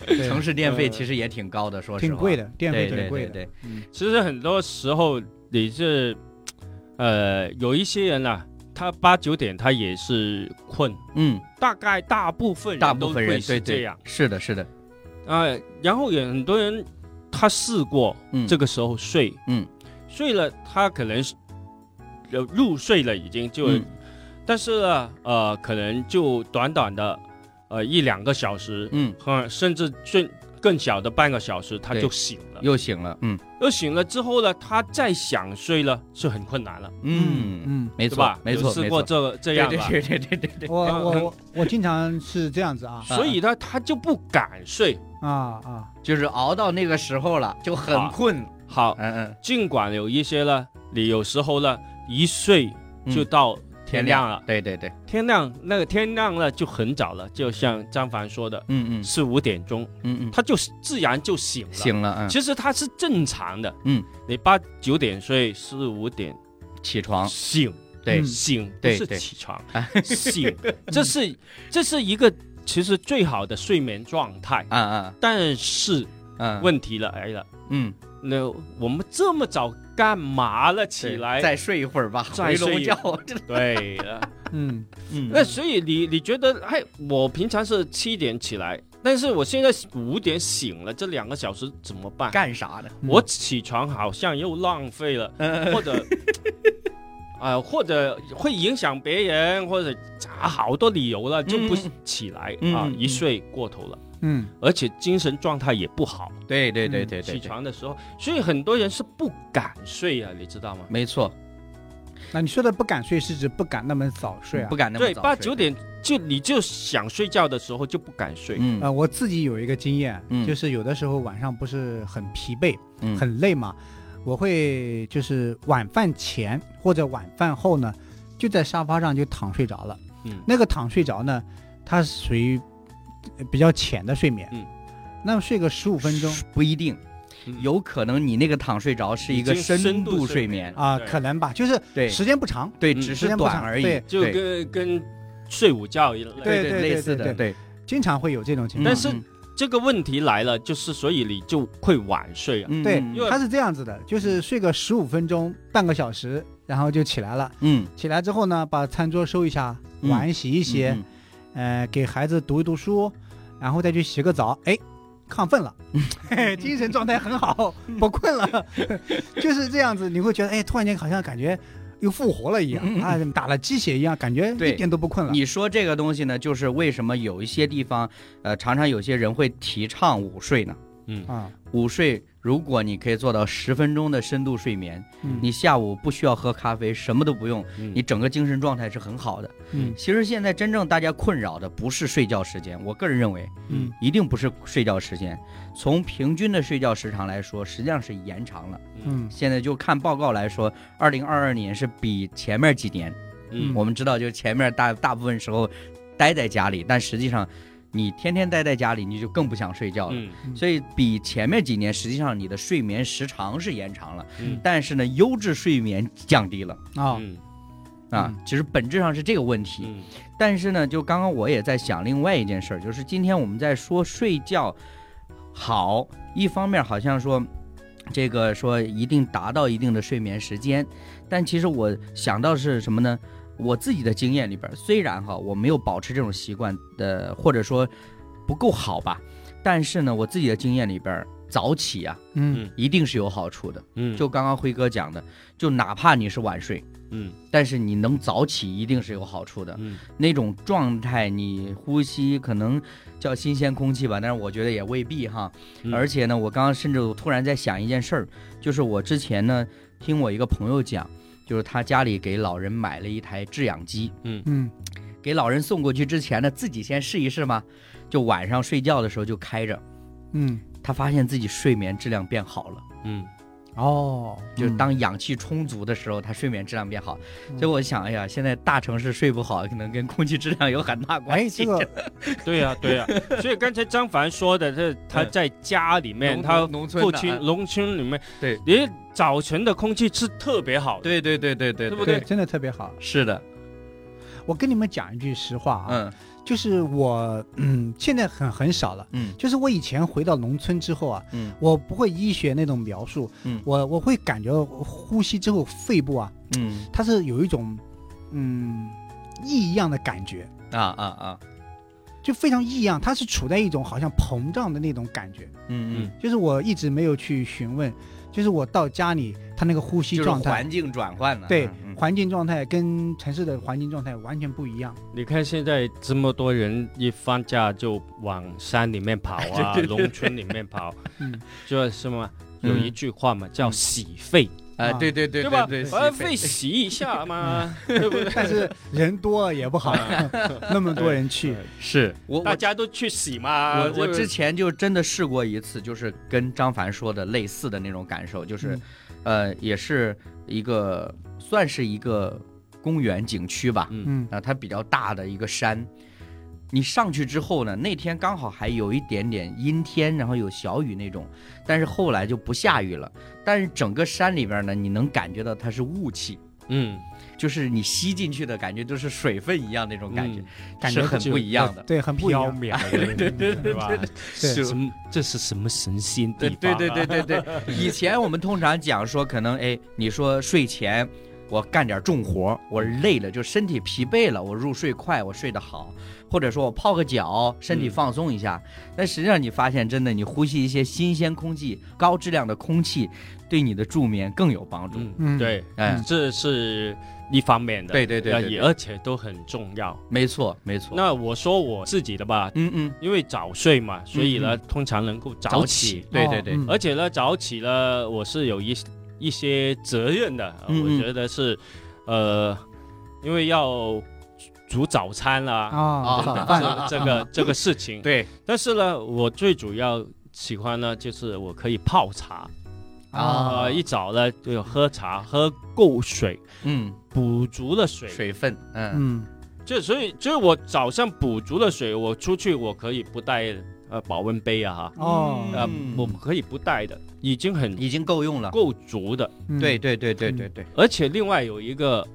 对
城市电费
嗯
其实也挺高的，说实话，
挺贵，的，电
啊对
费
对
挺贵
对
的，
对，
嗯
其实很多时候你是，呃，有一些人呐、他八九点他也是困，
嗯，
大概大部分
大
人都
部分
会
人对
是这
对
样
是的，是的，
啊、然后有很多人他试过
嗯，
这
个
个时候睡，
嗯，
睡了他可能是呃入睡了已经就，
嗯
但是呢，呃，可能就短短的呃一两个小时，
嗯
嗯，甚至最更小的半个小时他
对
就醒了。
又醒了，嗯
又醒了之后呢，他再想睡了是很困难了，
嗯，
嗯。
没
对
错
吧？
没
有
错
试
没
过
错，
这个这
对
样
对
吧，
对对对对对，
我
嗯
我我我经常是这样子啊
所以呢，他就不敢睡。
啊啊，
就是熬到那个时候了就很
啊
困，
好，
嗯嗯
尽管有一些呢，你有时候呢一睡
嗯，
就到
天
天亮了，
对对对，
天亮那个天亮了就很早了，就像张凡说的，
嗯嗯
四五点钟，
嗯嗯，
他就自然就醒了。，
醒了，嗯，
其实他是正常的。
嗯，
你八九点睡，四五点
起床，
醒，
对
嗯
醒不
对
是
对哎
起床， 醒，这是这是一个其实最好的睡眠状态。
啊啊
但是
嗯，
问题了来了，
嗯，
那我们这么早干嘛了？起
对
来，
再睡一会儿吧，
再
回笼
睡一
觉，这
对了。
嗯
嗯
那所以你你觉得，哎，我平常是七点起来，但是我现在五点醒了，这两个小时怎么办？嗯
干啥呢？
我起床好像又浪费了，
嗯
或者 啊、或者会影响别人，或者啊好多理由了，就不
嗯嗯
起来、
嗯
啊
嗯，
一睡过头了，
嗯
而且精神状态也不好。
对对对
嗯
对对，
起
对，
床的时候，所以很多人是不敢睡啊，你知道吗？
没错，
那你说的不敢睡是指不敢那么早睡啊
不？敢那么
对，
早
八
睡
九，点就你就想睡觉的时候就不敢睡。
嗯
呃，我自己有一个经验
嗯，
就是有的时候晚上不是很疲惫、
嗯
很累嘛，我会就是晚饭前或者晚饭后呢，就在沙发上就躺睡着了。
嗯
那个躺睡着呢，它是属于呃比较浅的睡眠，
嗯，
那么睡个十五分钟
不一定
嗯，
有可能你那个躺睡着是一个
已经深
度
度
睡
睡
眠
眠，
啊、
对
可能吧，就是
对
时间不长，
对，
嗯
只
时
是
间不
短
长
而已
对，
就跟跟睡午觉一类。
对
对对
类
对
似
对
的，对，
经常会有这种情
嗯
况。
但是
嗯
这个问题来了，就是所以你就会晚睡啊。
嗯
对
嗯
因为
它是这样子的，就是睡个十五分钟、半个小时，然后就起来了。
嗯
起来之后呢，把餐桌收一下，
嗯
碗洗一
一
洗，呃，给孩子读一读书，然后再去洗个澡，哎，亢 奋了，精神状态很好，
嗯
不困了，就是这样子，你会觉得哎，突然间好像感觉又复活了一样
嗯嗯
啊，打了鸡血一样，感觉
对
一点都不困了。
你说这个东西呢，就是为什么有一些地方，呃，常常有些人会提倡午睡呢？
嗯，
啊，
午睡，如果你可以做到十分钟的深度睡眠，
嗯
你下午不需要喝咖啡，什么都不用，嗯你
你
整个精神状态是很好的。
嗯
其实现在真正大家困扰的不是睡觉时间，我个人认为
嗯
一定不是睡觉时间。从平均的睡觉时长来说，实际上是延长了。
嗯
现在就看报告来说，二零二二年是比前面几年，
嗯
我们知道就是前面大大部分时候待在家里，但实际上你天天待在家里，你就更不想睡觉了。
嗯
所以比前面几年，实际上你的睡眠时长是延长了，
嗯
但是呢，优质睡眠降低了
啊，
嗯
啊
嗯。
其实本质上是这个问题。
嗯
但是呢，就刚刚我也在想另外一件事儿，就是今天我们在说睡觉好，一方面好像说这个说一定达到一定的睡眠时间，但其实我想到是什么呢？我自己的经验里边儿，虽然哈我没有保持这种习惯的，或者说不够好吧，但是呢，我自己的经验里边儿，早起啊
嗯
一定是有好处的。
嗯
就刚刚辉哥讲的，就哪怕你是晚睡，
嗯
但是你能早起一定是有好处的。
嗯
那种状态，你呼吸可能叫新鲜空气吧，但是我觉得也未必哈。
嗯
而且呢，我刚刚甚至突然在想一件事儿，就是我之前呢听我一个朋友讲，就是他家里给老人买了一台制氧机，
嗯
给老人送过去之前呢，自己先试一试嘛，就晚上睡觉的时候就开着，
嗯
他发现自己睡眠质量变好了。
嗯
哦，
就是当氧气充足的时候，他睡眠质量变好。所以我想，哎呀，现在大城市睡不好，可能跟空气质量有很大关
哎，
系。
这个
对呀、对呀、啊所以刚才张凡说的，这 他在家里面，
农
他
农村
父
的
亲
啊
农村里面，
对，
因为早晨的空气是特别好的。
对对对对对
对不
对，真的特别好。
是的，
我跟你们讲一句实话啊，
嗯
就是我，嗯，现在很很少了。
嗯
就是我以前回到农村之后啊，
嗯
我不会医学那种描述，
嗯
我我会感觉呼吸之后肺部啊，
嗯
它是有一种，嗯，异样的感觉，
啊啊啊，
就非常异样，它是处在一种好像膨胀的那种感觉。
嗯嗯，
就是我一直没有去询问，就是我到家里，它那个呼吸
就是
状态、
环境转换呢。
对
嗯
环境状态跟城市的环境状态完全不一样。
你看现在这么多人一放假就往山里面跑 啊，农村里面跑，
嗯，
就是嘛，
嗯
有一句话嘛，叫洗肺，
啊，对对对
对
对
吧？呃
对，
把
洗
肺洗一下嘛，对不对？
但是人多也不好，那么多人去，
是，
我
大
我
家都去洗
啊
嘛。
我我
这
之前就真的试过一次，就是跟张凡说的类似的那种感受，就是
嗯，
呃，也是一个算是一个公园景区吧，
嗯
啊，它比较大的一个山。你上去之后呢，那天刚好还有一点点阴天，然后有小雨那种，但是后来就不下雨了。但是整个山里边呢，你能感觉到它是雾气，
嗯，
就是你吸进去的感觉就是水分一样那种感觉，
嗯感
是
觉
很不一样的。
对，很不一
缥
样。
缈的，对对嗯 对吧？
对
什么？这是什么神仙地
对
方？啊
对对对，对对，以前我们通常讲说，可能哎，你说睡前我干点重活，我累了就身体疲惫了，我入睡快，我睡得好，或者说我泡个脚，身体
嗯
放松一下。但实际上你发现，真的你呼吸一些新鲜空气、高质量的空气，对你的助眠更有帮助。
嗯，
嗯
对，
哎，
这是一方面的，
对对对
那
对
也
对
而且都很重要。
没错没错。
那我说我自己的吧，
嗯嗯，
因为早睡嘛，所以呢，
嗯
通常能够
早
起，
对
哦
对对，
嗯
而且呢，早起呢，我是有一一些责任的，呃
嗯嗯
我觉得是，呃，因为要煮早餐啦，
啊，早
啊
饭
这这个这个事情。
对
但是呢，我最主要喜欢呢，就是我可以泡茶啊、
啊
一早呢就有喝茶，喝够水，
嗯，
补足了水。
水分，嗯
嗯，
就所以，就是我早上补足了水，我出去我可以不带呃保温杯啊哈，
哦，
呃
嗯，
我可以不带的，已经很
已经够用了。
够足的。
嗯
对，对对对对对，
而且另外有一个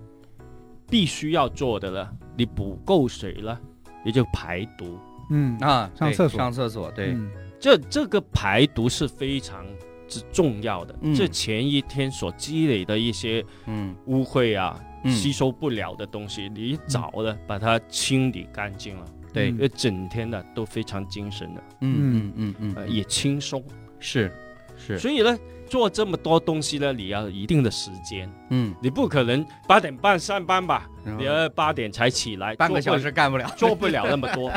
必须要做的了，你补够水了，你就排毒。
嗯，
啊，
上
对
厕所
上厕所，对，
嗯
这这个排毒是非常之重要的。
嗯
这前一天所积累的一些
嗯
污秽啊，
嗯，
吸收不了的东西，你一早的把它清理干净了，
对
嗯
一整天的都非常精神的，
嗯嗯嗯
呃，
嗯，
也轻松。
是是，
所以呢，做这么多东西呢，你要有一定的时间，
嗯，
你不可能八点半上班吧，
然后
你要八点才起来，
嗯半个
做
小
不
时干不了，
做不了那么 多，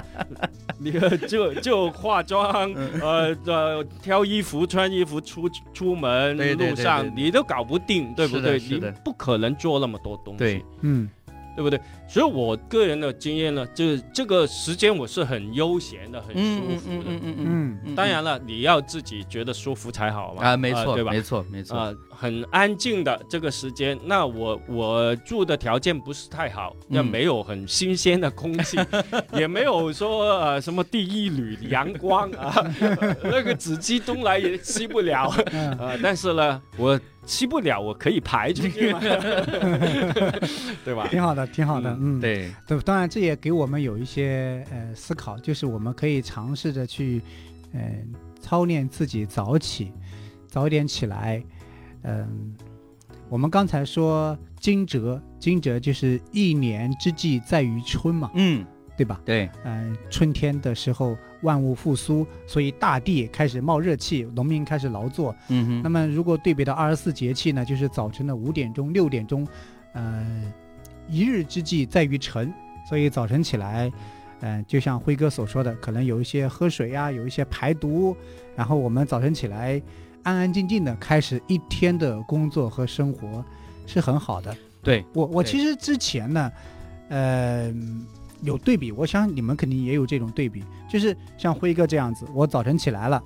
你就就化妆，
嗯
呃呃，挑衣服、穿衣服、出出门
对对对
路上
对对
你都搞不定，对不
是的
对？
是
你
的
不可能做那么多东西，
对
嗯
对不对？所以我个人的经验呢，就是这个时间我是很悠闲的，很舒
嗯嗯
服
嗯嗯
的。
嗯
嗯
嗯，
当然了，你要自己觉得舒服才好嘛，
啊，没
呃
错，
对吧？
没错，没错，
啊、很安静的这个时间。那我我住的条件不是太好，
嗯
也没有很新鲜的空 气，也没有说呃什么第一缕阳光啊， 那个紫鸡东来也吸不了啊、
嗯
但是呢，我吸不了，我可以排出去嘛， 对吧？
挺好的，挺好的，嗯，
对，
对，当然这也给我们有一些呃思考，就是我们可以尝试着去，嗯、操练自己早起，早点起来，嗯、我们刚才说惊蛰，惊蛰就是一年之计在于春嘛，
嗯，
对吧？
对，
嗯、春天的时候万物复苏，所以大地开始冒热气，农民开始劳作，
嗯
那
哼，
么如果对比到二十四节气呢，就是早晨的五点钟、六点钟，呃，一日之计在于晨，所以早晨起来，嗯、就像辉哥所说的，可能有一些喝水呀、有一些排毒，然后我们早晨起来安安静静的开始一天的工作和生活，是很好的。
对
我，我
对
其实之前呢，呃。有对比，我想你们肯定也有这种对比，就是像辉哥这样子，我早晨起来了，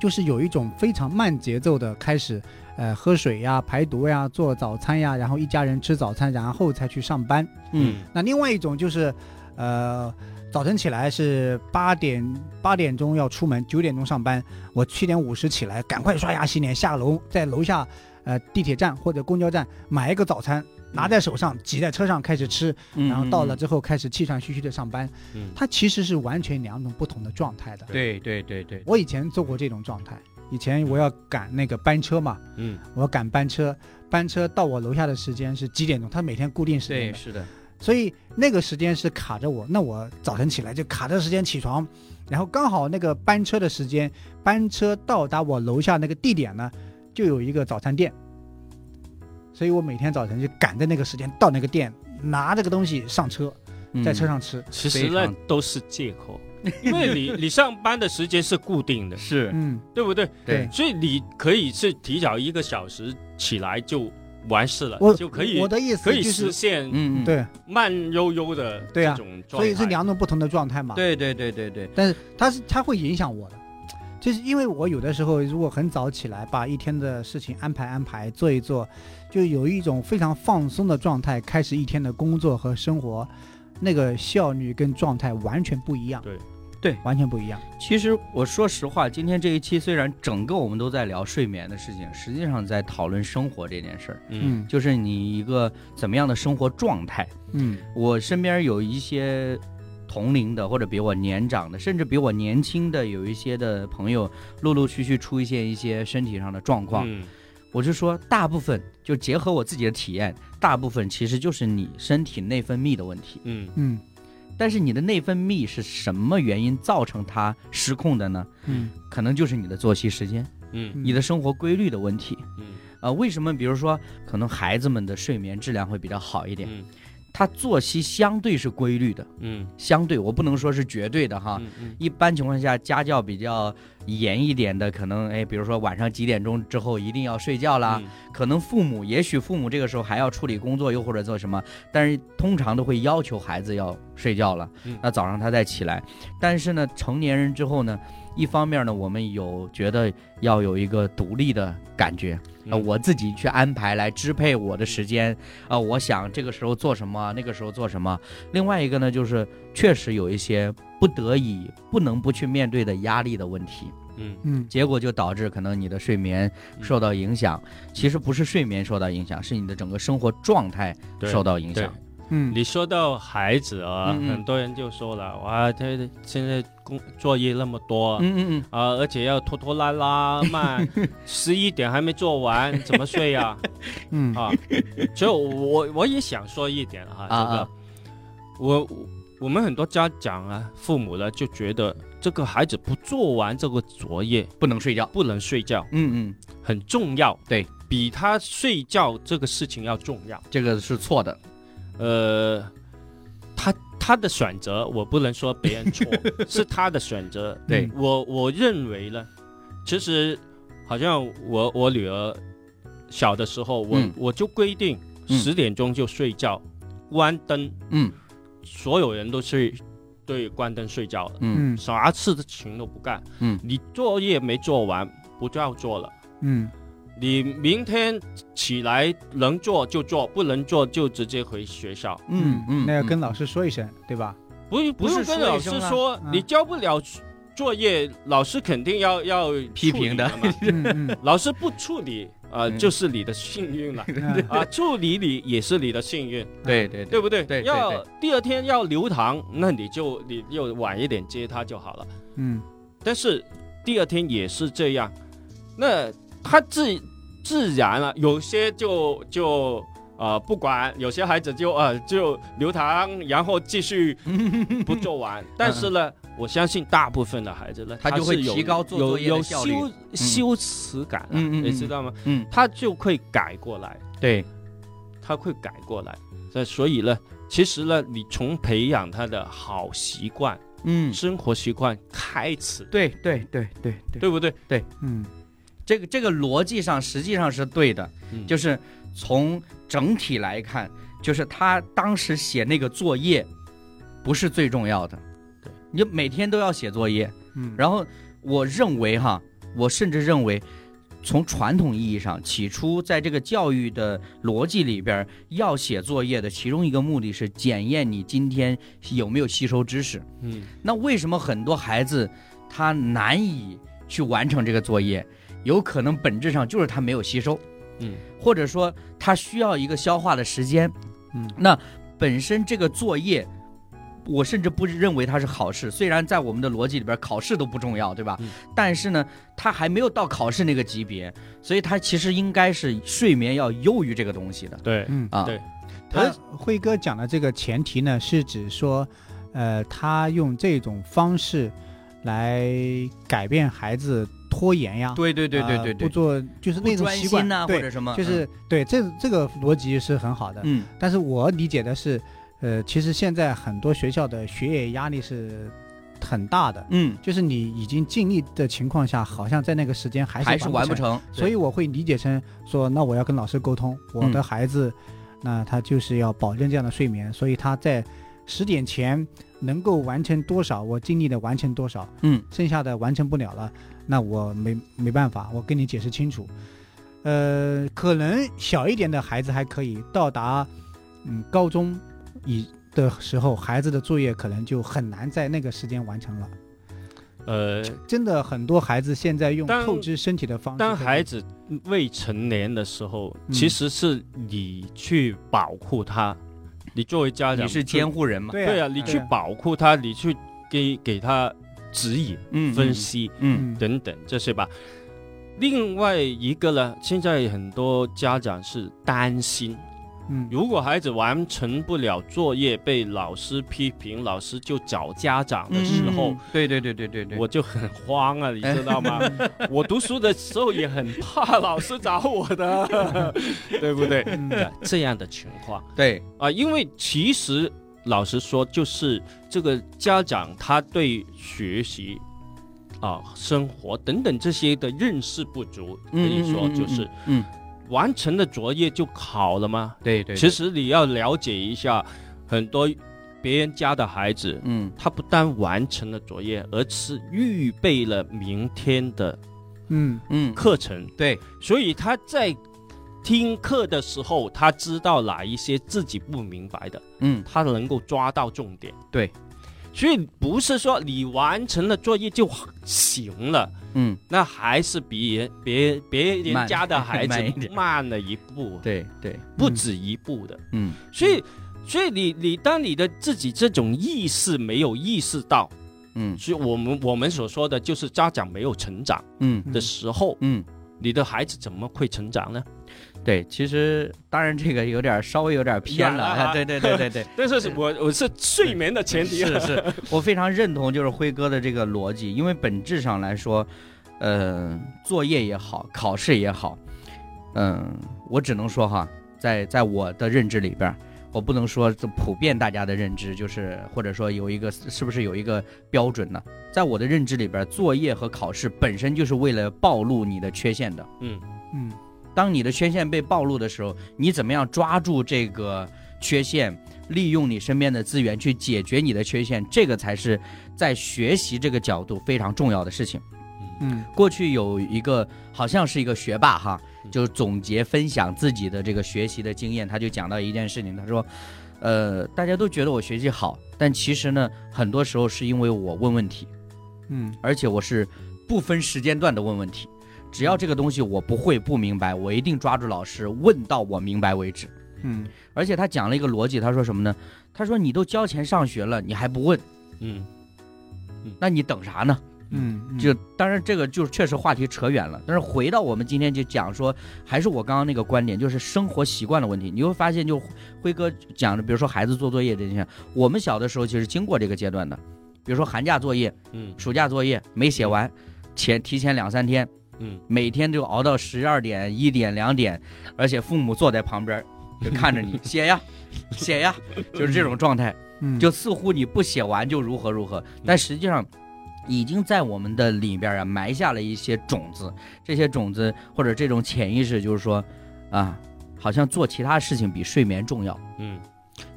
就是有一种非常慢节奏的开始，呃喝水呀、排毒呀、做早餐呀，然后一家人吃早餐，然后才去上班。
嗯，
那另外一种就是，呃，早晨起来是八点八点钟要出门，九点钟上班。我七点五十起来，赶快刷牙洗脸，下楼在楼下呃地铁站或者公交站买一个早餐，拿在手上挤在车上开始吃，
嗯
然后到了
嗯
之后开始气喘吁吁的上班。
嗯
它其实是完全两种不同的状态的
嗯。对对对对，
我以前做过这种状态，以前我要赶那个班车嘛，
嗯，
我要赶班车，班车到我楼下的时间是几点钟？它每天固定时间
对
的，
是的，
所以那个时间是卡着我。那我早晨起来就卡着时间起床，然后刚好那个班车的时间，班车到达我楼下那个地点呢，就有一个早餐店，所以我每天早晨就赶在那个时间到那个店，拿这个东西上车，
嗯
在
嗯
车上吃。
其
非
实那
常
都是借口，因为你你上班的时间是固定的，
是
嗯，
对不对？
对
所以你可以是提早一个小时起来就完事了，
我
就可以
我的意思
可以
就
实
是，
现
嗯嗯，
对，
慢悠悠的
对啊
这种状
所
态。
以是两种不同的状态嘛。
对对对对对，
但是它是它会影响我的，就是因为我有的时候如果很早起来，把一天的事情安排安排做一做，就有一种非常放松的状态，开始一天的工作和生活，那个效率跟状态完全不一样。
对，
对，
完全不一样。
其实我说实话，今天这一期虽然整个我们都在聊睡眠的事情，实际上在讨论生活这件事儿，
嗯
就是你一个怎么样的生活状态。
嗯
我身边有一些同龄的，或者比我年长的，甚至比我年轻的，有一些的朋友，陆陆续续出现一些身体上的状况。
嗯
我就说，大部分就结合我自己的体验，大部分其实就是你身体内分泌的问题。
嗯
嗯
但是你的内分泌是什么原因造成它失控的呢？
嗯
可能就是你的作息时间、
嗯
你的生活规律的问题。
嗯
啊，为什么？比如说，可能孩子们的睡眠质量会比较好一点，
嗯
他作息相对是规律的，
嗯
相对我不能说是绝对的哈。
嗯嗯
一般情况下，家教比较严一点的，可能哎，比如说晚上几点钟之后一定要睡觉
嗯
啦。可能父母，也许父母这个时候还要处理工作，又或者做什么，但是通常都会要求孩子要睡觉了，
嗯
那早上他再起来。但是呢，成年人之后呢，一方面呢，我们有觉得要有一个独立的感觉，啊、
嗯
我自己去安排来支配我的时间，啊、我想这个时候做什么，那个时候做什么。另外一个呢，就是确实有一些不得已、不能不去面对的压力的问题。
嗯
嗯
结果就导致可能你的睡眠受到影响。其实不是睡眠受到影响，是你的整个生活状态
对
受到影响。
嗯
你说到孩子啊，
嗯嗯
很多人就说了，哇，他现在工作业那么多。
嗯嗯嗯，
啊，而且要拖拖拉拉，慢，十一点还没做完，怎么睡呀、
嗯
啊，所以我我也想说一点啊，
啊
这个
啊
我我们很多家长啊、父母呢就觉得这个孩子不做完这个作业
不能睡觉。
不能睡觉
嗯嗯，
很重要，
对，
比他睡觉这个事情要重要。
这个是错的。
呃，他他的选择我不能说别人 错，是他的选择。
对
我我认为呢，其实好像我我女儿小的时候，我、
嗯
我就规定
嗯
十点钟就睡觉，关灯，
嗯
所有人都睡，对，关灯睡觉了，
嗯
嗯
啥事情都不干。
嗯
你作业没做完，不就要做了。
嗯
你明天起来能做就做，不能做就直接回学校。
嗯嗯，
那要
嗯
跟老师说一声，对吧？
不不
是
用跟
说
老
一
师
声啊
说
嗯，
你交不了作业，老师肯定要要
批
处理
评的
嘛
嗯嗯
老师不处理，呃，
嗯
就是你的幸 运了
嗯
啊，处理你也是你的幸运，
对对
对不对？
对对
要第二天要留堂，那你就你就晚一点接他就好了。
嗯
但是第二天也是这样，那他自自然了、有些就就呃不管，有些孩子就呃就留堂，然后 继续不做完。但是呢，我相信大部分的孩子呢，
嗯他就会
是有
提高做作业
有
的
有
效率嗯
羞羞耻感、啊，
嗯嗯嗯
你知道吗？
嗯
他就会改过来，
对，
他会改过来。那所以呢，其实呢，你从培养他的好习惯、
嗯
生活习惯开始，
对对对对对，
对不对？
嗯
这个这个逻辑上实际上是对的，
嗯
就是从整体来看，就是他当时写那个作业不是最重要的
对，
你每天都要写作业，
嗯，
然后我认为哈，我甚至认为，从传统意义上，起初在这个教育的逻辑里边，要写作业的其中一个目的是检验你今天有没有吸收知识。
嗯
那为什么很多孩子他难以去完成这个作业？有可能本质上就是他没有吸收，
嗯，
或者说他需要一个消化的时间。
嗯
那本身这个作业，我甚至不认为它是考试。虽然在我们的逻辑里边，考试都不重要，对吧？
嗯
但是呢，它还没有到考试那个级别，所以它其实应该是睡眠要优于这个东西的
对，
嗯
啊。
对
他辉哥讲的这个前提呢，是指说，呃，他用这种方式来改变孩子拖延呀，
对对对对对
呃
对
不，做就是
啊不
那种
专
习惯
心啊呐、或
对，
者什么，
就是对这这个逻辑是很好的。
嗯
但是我理解的是，呃，其实现在很多学校的学业压力是很大的，
嗯，
就是你已经尽力的情况下，好像在那个时间还是
还是完不
成。
成。
所以我会理解成说，那我要跟老师沟通，
嗯
我的孩子，那他就是要保证这样的睡眠，所以他在十点前能够完成多少，我尽力的完成多少，
嗯，
剩下的完成不了了，那我没没办法，我跟你解释清楚。呃，可能小一点的孩子还可以到达，嗯，高中以的时候，孩子的作业可能就很难在那个时间完成了。
呃，
嗯
真的，很多孩子现在用
当
透支身体的方式在做，
当孩子未成年的时候，
嗯
其实是你去保护他，你作为家长
你是
去
监护人嘛？
对
对
啊，
啊，你
嗯
去保护他，你去给给他指引、
嗯，嗯
分，析
嗯
嗯，
等等这些吧。另外一个呢，现在很多家长是担心，
嗯，
如果孩子完成不了作业，被老师批评，老师就找家长的
嗯
时
嗯
候，
嗯对对对对对对，
我就很慌啊，你知道 吗？我读书的时候也很怕老师找我的，对不对？
嗯
这样的情况
对
啊，因为其实老实说，就是这个家长他对学习啊、生活等等这些的认识不足，可以说就是，
嗯，
完成了作业就考了吗？
对对，
其，实你要了解一下，很多别人家的孩子，
嗯
他不但完成了作业，而是预备了明天的
嗯
嗯，
课程，
对，
所以他在听课的时候，他知道哪一些自己不明白的，
嗯
他能够抓到重点。
对，
所以不是说你完成了作业就行了，
嗯，
那还是别人别别人
慢
家的 孩
慢一点
子慢了一步，
对对，
不止一步的。
嗯
所以，所以你你当你的自己这种意识没有意识到，
嗯
所以我们我们所说的就是家长没有成长
嗯
的时候，
嗯，
你的孩子怎么会成长呢？
对，其实当然这个有点稍微有点偏了，
远了啊
啊对对对对对，
但是我我是睡眠的前提，
是是，我非常认同就是辉哥的这个逻辑，因为本质上来说，呃，作业也好，考试也好，嗯、我只能说哈，在在我的认知里边儿，我不能说这普遍大家的认知，就是或者说有一个是不是有一个标准呢？在我的认知里边儿，作业和考试本身就是为了暴露你的缺陷的。
嗯，
嗯
当你的缺陷被暴露的时候，你怎么样抓住这个缺陷，利用你身边的资源去解决你的缺陷，这个才是在学习这个角度非常重要的事情。
嗯
过去有一个好像是一个学霸哈，
嗯
就总结分享自己的这个学习的经验，他就讲到一件事情，他说，呃，大家都觉得我学习好，但其实呢，很多时候是因为我问问题，
嗯
而且我是不分时间段的问问题，只要这个东西我不会不明白，我一定抓住老师问到我明白为止。
嗯
而且他讲了一个逻辑，他说什么呢？他说你都交钱上学了，你还不问，
嗯，
那你等啥呢？
嗯，
就当然这个就是确实话题扯远了，但是回到我们今天就讲说，还是我刚刚那个观点，就是生活习惯的问题。你会发现，就辉哥讲的，比如说孩子做作业这些，我们小的时候其实经过这个阶段的，比如说寒假作业、
嗯
暑假作业没写完，前提前两三天，
嗯，
每天就熬到十二点、一点、两点，而且父母坐在旁边儿就看着你写呀，写呀，就是这种状态。
嗯
就似乎你不写完就如何如何，但实际上已经在我们的里边啊埋下了一些种子，这些种子或者这种潜意识就是说，啊，好像做其他事情比睡眠重要。
嗯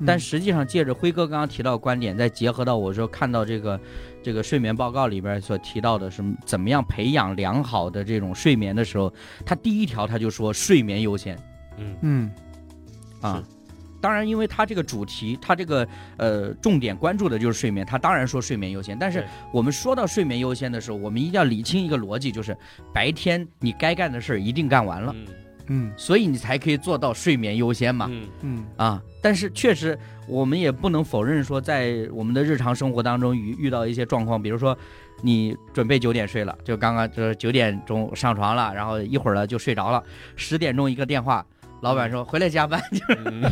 但实际上，借着辉哥刚刚提到的观点，再结合到我说看到这个这个睡眠报告里边所提到的是怎么样培养良好的这种睡眠的时候，他第一条他就说睡眠优先
嗯
嗯
啊
是。
当然，因为他这个主题，他这个呃重点关注的就是睡眠，他当然说睡眠优先。但是
对
我们说到睡眠优先的时候，我们一定要理清一个逻辑，就是白天你该干的事儿一定干完了，
嗯
嗯
所以你才可以做到睡眠优先嘛。
嗯
嗯
啊，但是确实，我们也不能否认说，在我们的日常生活当中遇遇到一些状况，比如说你准备九点睡了，就刚刚就是九点钟上床了，然后一会儿了就睡着了，十点钟一个电话，老板说回来加班，
嗯，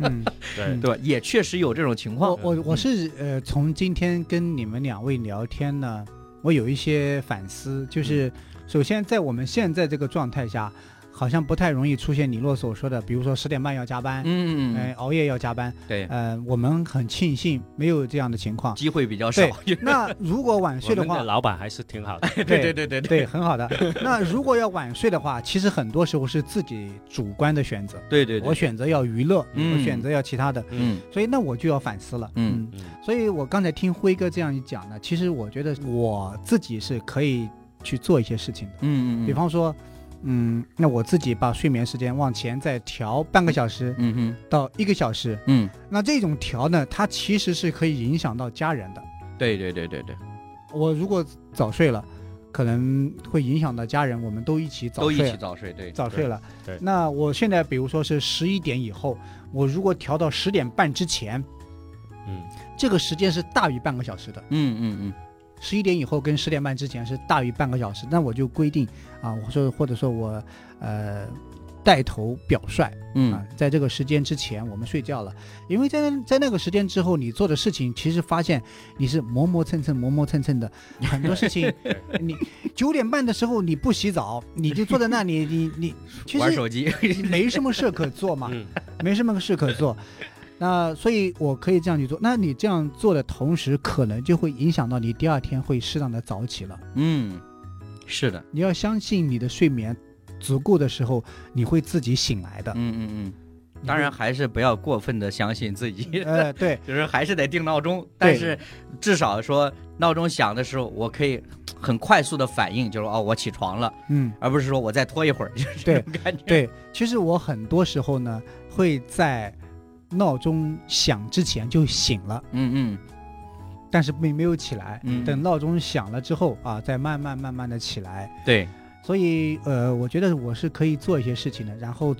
嗯，
对，
对吧？ 也确实有这种情
我
况。
我我
嗯
是呃，从今天跟你们两位聊天呢，我有一些反思，就是首先在我们现在这个状态下，好像不太容易出现你洛所说的，比如说十点半要加班，
嗯，
呃，熬夜要加班，
对，
呃，我们很庆幸没有这样的情 况。
机会比较少。
那如果晚睡
我
的
们
话
的，老板还是挺好的，
对
对
对对对
对，很好的。那如果要晚睡的话，其实很多时候是自己主观的选择，
对对
我
对，
选择要娱乐，我
嗯
选择要其他的，
嗯
所以那我就要反思了。
嗯
嗯
所以我刚才听辉哥这样一讲呢，其实我觉得我自己是可以去做一些事情的，
嗯嗯，
比方说。嗯，那我自己把睡眠时间往前再调半个小时
嗯哼
到一个小时，
嗯，
那这种调呢，它其实是可以影响到家人的。
对对对对对，
我如果早睡了，可能会影响到家人，我们都一起早
都一
睡啊
起早睡，对
早睡了。
对对
那我现在比如说是十一点以后，我如果调到十点半之前，
嗯
这个时间是大于半个小时的。
嗯嗯嗯。
十一点以后跟十点半之前是大于半个小时，那我就规定啊，我说或者说我呃带头表率啊
嗯，，
在这个时间之前我们睡觉了，因为在那在那个时间之后，你做的事情其实发现你是磨磨蹭蹭磨磨蹭蹭的，很多事情你九点半的时候你不洗澡，你就坐在那里，你你其
玩
实
手 机，
没什么事可做嘛，
嗯
没什么事可做。那所以，我可以这样去做。那你这样做的同时，可能就会影响到你第二天会适当的早起了。
嗯，是的，
你要相信你的睡眠足够的时候，你会自己醒来的。
嗯嗯嗯。
你会
当然，还是不要过分的相信自己，
呃，对，
就是还是得定闹钟，但
对
是至少说闹钟响的时候，我可以很快速的反应，就是哦我起床了，
嗯，
而不是说我再拖一会儿， 就是这种感觉。
对。其实我很多时候呢，会在闹钟响之前就醒了，
嗯嗯
但是并没有起来。
嗯，
等闹钟响了之后啊，再慢慢慢慢的起来。
对，
所以呃，我觉得我是可以做一些事情的，然后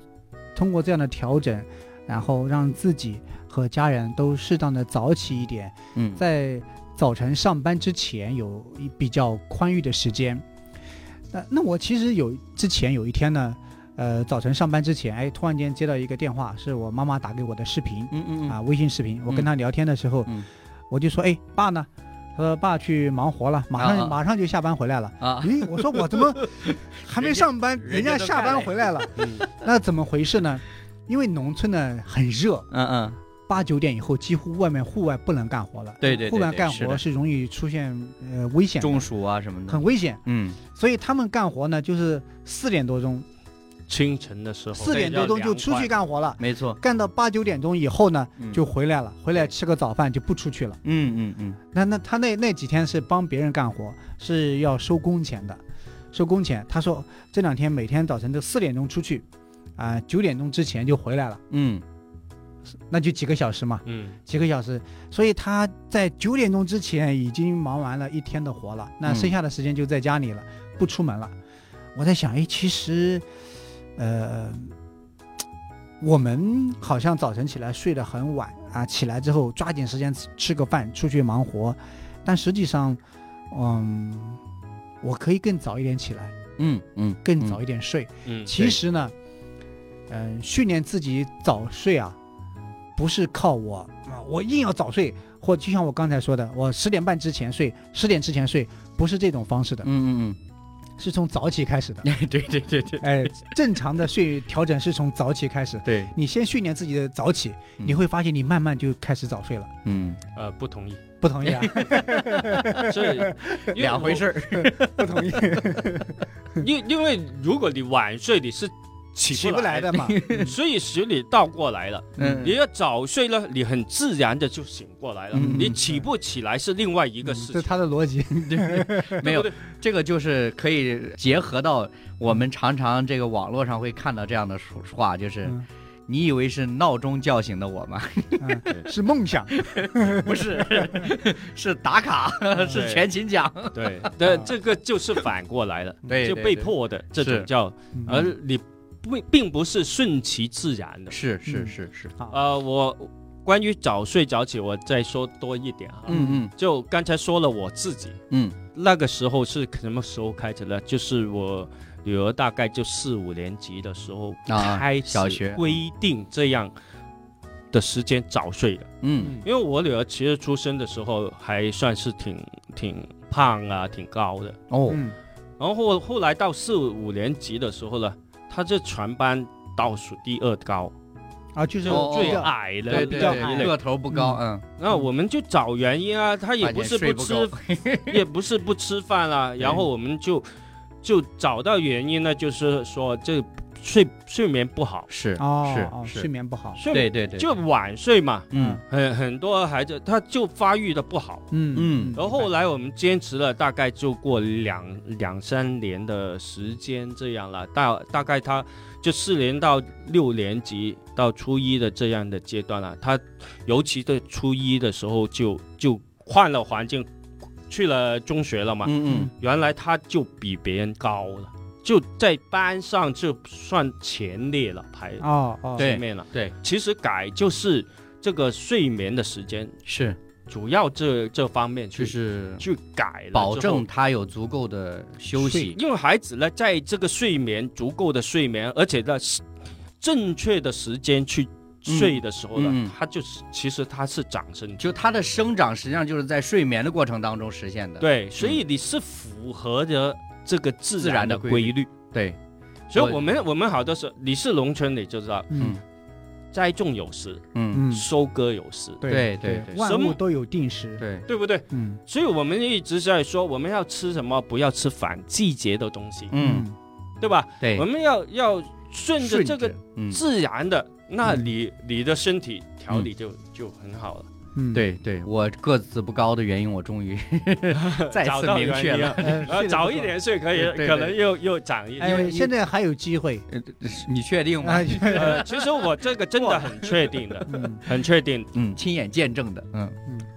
通过这样的调整，然后让自己和家人都适当的早起一点，
嗯，
在早晨上班之前有一比较宽裕的时间。那那我其实有之前有一天呢，呃，早晨上班之前，哎，突然间接到一个电话，是我妈妈打给我的视频
嗯嗯
啊，
嗯
微信视频。我跟
嗯
她聊天的时候，
嗯
我就说，哎，爸呢？她说爸去忙活了，马上、
啊啊
马上就下班回来了。
啊，
咦，我说我 怎么还没上班，人
人
家
家都
下班回来了？
嗯
那怎么回事呢？因为农村呢很热，
嗯嗯，
八九点以后几乎外面户外不能干活了。
对对对
户外
对
干
是
活
的
是容易出现呃危险的，
中暑啊什么的
很，危险。
嗯
所以他们干活呢，就是四点多
哦
钟，
清晨的时候
四点多钟就出去，干活了，
没错，
干到八九点钟以后呢
嗯
就回来了，回来吃个早饭就不出去了。
嗯嗯嗯
那那他那那几天是帮别人干活，是要收工钱的，收工钱。他说这两天每天早晨都四点钟出去，啊、九点钟之前就回来了，
嗯，
那就几个小时嘛，
嗯
几个小时。所以他在九点钟之前已经忙完了一天的活了，那
嗯
剩下的时间就在家里了，不出门了。我在想，哎，其实，呃。我们好像早晨起来睡得很晚啊，起来之后抓紧时间吃吃个饭，出去忙活。但实际上，嗯，我可以更早一点起来，
嗯嗯，
更早一点睡。
嗯，
其实呢，嗯、训练自己早睡啊，不是靠我啊，我硬要早睡，或就像我刚才说的，我十点半之前睡，十点之前睡，不是这种方式的，
嗯嗯嗯
是从早起开始 的。
对对对对对
哎，正常的睡调整是从早起开始。
对，
你先训练自己的早起，
嗯
你会发现你慢慢就开始早睡了。
嗯
呃，不同意，
不 同意啊？
这
嗯，两回事。儿，
不同意。
因因为如果你晚睡，你是
起
起
不来的嘛。嗯
所以使你倒过来了。
嗯
你要早睡呢，你很自然的就醒过来了。
嗯
你起不起来是另外一个事
这
情
是，他的逻辑。嗯
没有
对不对
这个就是可以结合到我们常常这个网络上会看到这样的说话，就是
嗯
你以为是闹钟叫醒的我 吗？
嗯是梦 想，
不 是，是打卡，
嗯
是
对
全勤奖。
对，但这个就是反过来了，
对，
就
对
被
对
迫的这
是
种叫，
嗯
而你不并不是顺其自然的。
是是
嗯
是是，
好，
呃，我关于早睡早起，我再说多一点哈。
嗯
就刚才说了我自己，
嗯
那个时候是什么时候开始呢？就是我女儿大概就四五年级的时候
啊
开
小
始
学
规定这样的时间早睡的，
嗯嗯
因为我女儿其实出生的时候还算是挺挺胖啊，挺高的。
哦
嗯
然后后来到四五年级的时候呢，她是全班倒数第二高，
啊，就是
哦
最
这个
矮的
对
比
对
较
比较
矮
对，
矮
个头不高，嗯，
那我们就找原因啊，她也
发
不
现
是
睡
不
不
吃
够，
也不是不吃 饭啦，然后我们就就找到原因呢，就是说这睡睡眠不好，
是
哦哦
是
睡
是，
眠不好，
睡
对对对，
就晚睡嘛，
嗯
很很多孩子他就发育的不好。
嗯
嗯
然后后来我们坚持了大概就过两两三年的时间这样了，大大概他就四年到六年级到初一的这样的阶段了，他尤其在初一的时候就就换了环境，去了中学了嘛，
嗯
原来他就比别人高了，就在班上就算前列了，排
哦哦，
啊对
前面了。
对，
其实改就是这个睡眠的时间，
是
主要这这方面去、
就是
去改了，
嗯保证。他有足够的休息，
因为孩子呢，在这个睡眠足够的睡眠，而且呢，是正确的时间去睡的时候呢，
嗯嗯
他就是其实他是长身体，
就他的生长实际上就是在睡眠的过程当中实现的。
对，所
嗯
以你是符合着这个自
自
然
然
的
的
规
规
律。
对，
所以
我
我们我们好多时候，你是农村，你就知道
嗯
栽种有时，
嗯
嗯，
收割有时，
对对
对
对
万
什么
物都有定时，
对，
对不对？
嗯
所以我们一直在说，我们要吃什么，不要吃反季节的东西，
嗯
对吧？
对
我，们要要顺着
顺
这个
嗯
自然的，那
嗯
你你的身体调理就、就很好了。
嗯，
对对，我个子不高的原因，我终于 再
找
次
到
明
原
确
因
了。
呃，
呃，
睡得
早
不
一
错。
点睡可以，
对对
可
对
能又又长一点。
哎，现在还有机会，
你确定吗
啊？
呃，其实我这个 真的很确定的，
嗯
很确定。
嗯，亲眼见证的。嗯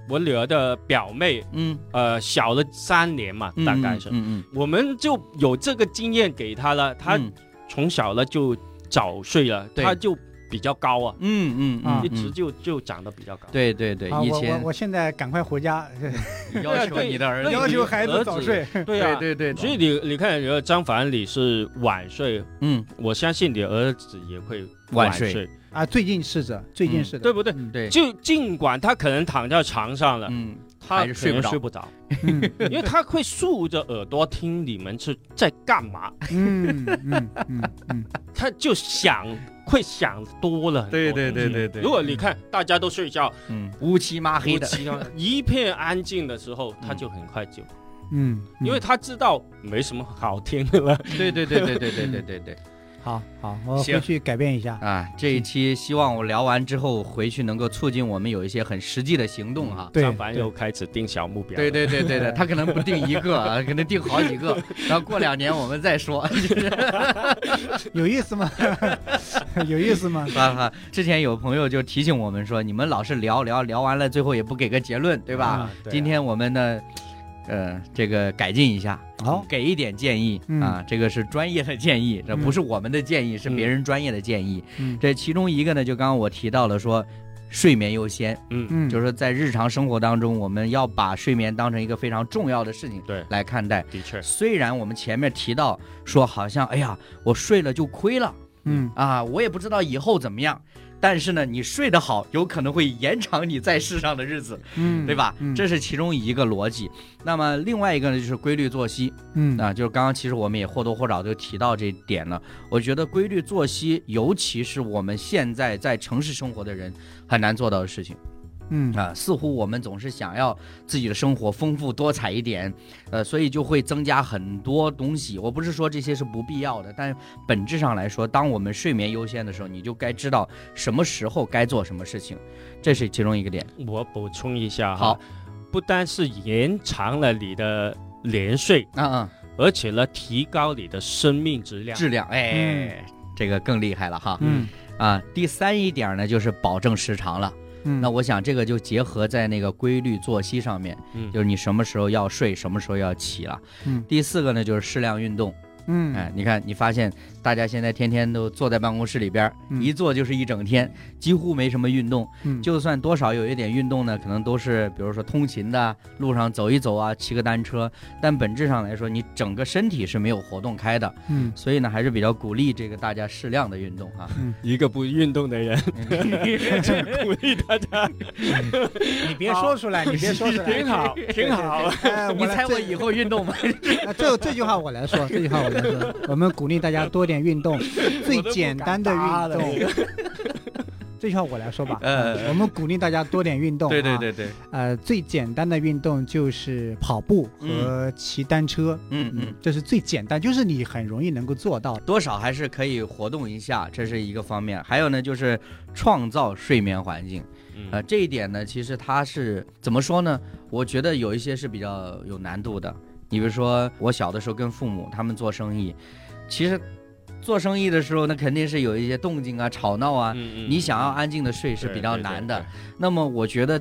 我女儿的表妹，
嗯，
呃，小了三年嘛，
嗯
大概是，
嗯
我们就有这个经验给她了，她
嗯
从小呢就早睡了，
对
她就比较高啊，
嗯嗯
啊
嗯，
一直
嗯
就就长得比较高。
对对对
啊，，
以
我我
前
我现在赶快回家，
要求你的儿
对
子，
要求孩
儿
子
子
早 睡。
对啊，
对对对，
所以你你看，呃，张凡你是晚睡，
嗯
我相信你儿子也会
晚
睡，
睡
啊，最近是的，最近
嗯
是的，
对不对？
嗯
对，
就尽管他可能躺在床上了，
嗯
他
还是睡不
可能
着
睡不着，
嗯
因为他会竖着耳朵听你们是在干嘛，
嗯嗯嗯嗯，
他就想会想多了很多
对对对
东西
对对
如果你看大家都睡觉，
嗯乌漆麻黑的
乌，漆嘛一片安静的时候，他就很快就，
嗯，
因为
嗯
他知道没什么好听的了。
对对对对对对对对 对
好好，我回
行
去改变一下。
啊！这一期希望我聊完之后回去能够促进我们有一些很实际的行动哈。
对
张凡又开始定小目标了，
对对对对对，他可能不定一个，啊，可能定好几个，然后过两年我们再说。
有意思吗？ 有意思吗？
哈哈，之前有朋友就提醒我们说，你们老是聊聊聊完了，最后也不给个结论，对吧？
啊
对啊
今天我们呢，呃，这个改进一下，
好，
给一点建议、
嗯
啊，这个是专业的建议，这
嗯
不是我们的建议，是别人专业的建议。
嗯
这其中一个呢，就刚刚我提到了说。睡眠优先，
嗯，
嗯，
就是说在日常生活当中，我们要把睡眠当成一个非常重要的事情
对
来看待。
的确，
虽然我们前面提到说，好像哎呀，我睡了就亏了，
嗯
啊，我也不知道以后怎么样。但是呢，你睡得好，有可能会延长你在世上的日子，
嗯，
对吧？
嗯
这是其中一个逻辑。那么另外一个呢，就是规律作息
嗯
啊，就是刚刚其实我们也或多或少就提到这一点了。我觉得规律作息，尤其是我们现在在城市生活的人很难做到的事情。
嗯
啊，似乎我们总是想要自己的生活丰富多彩一点，呃，所以就会增加很多东西。我不是说这些是不必要的，但本质上来说，当我们睡眠优先的时候，你就该知道什么时候该做什么事情，这是其中一个点。
我补充一下哈
好，，
不单是延长了你的年岁，
嗯嗯，
而且呢，提高你的生命质量。
质量，哎，这个更厉害了哈。
嗯
啊，第三一点呢，就是保证时长了。
嗯，
那我想这个就结合在那个规律作息上面，
嗯，
就是你什么时候要睡，什么时候要起了。
嗯
第四个呢，就是适量运动。
嗯
哎，你看，你发现大家现在天天都坐在办公室里边儿，
嗯
一坐就是一整天，几乎没什么运动。
嗯
就算多少有一点运动呢，可能都是比如说通勤的路上走一走啊，骑个单车。但本质上来说，你整个身体是没有活动开的，
嗯
所以呢，还是比较鼓励这个大家适量的运动啊。
一个不运动 的人， 鼓励大家，
你别说出来，你别说出来，
挺 好，挺好。
哎， 我
你
来
猜我
这
以后运动 吗？
那这这句话我来说，这句话我来说，我们鼓励大家多点运动，最简单的运动。 这句话我来说吧，
呃
我们鼓励大家多点运动、啊。
对，
呃，最简单的运动就是跑步和骑单车，
嗯嗯，
这是最简单，就是你很容易能够做到的。
多少还是可以活动一下，这是一个方面。还有呢，就是创造睡眠环境。
嗯
呃，这一点呢，其实它是怎么说呢？我觉得有一些是比较有难度的。你比如说，我小的时候跟父母他们做生意，其实做生意的时候，那肯定是有一些动静啊、吵闹啊。
嗯
你想要安静的睡是比较难的。，那么我觉得，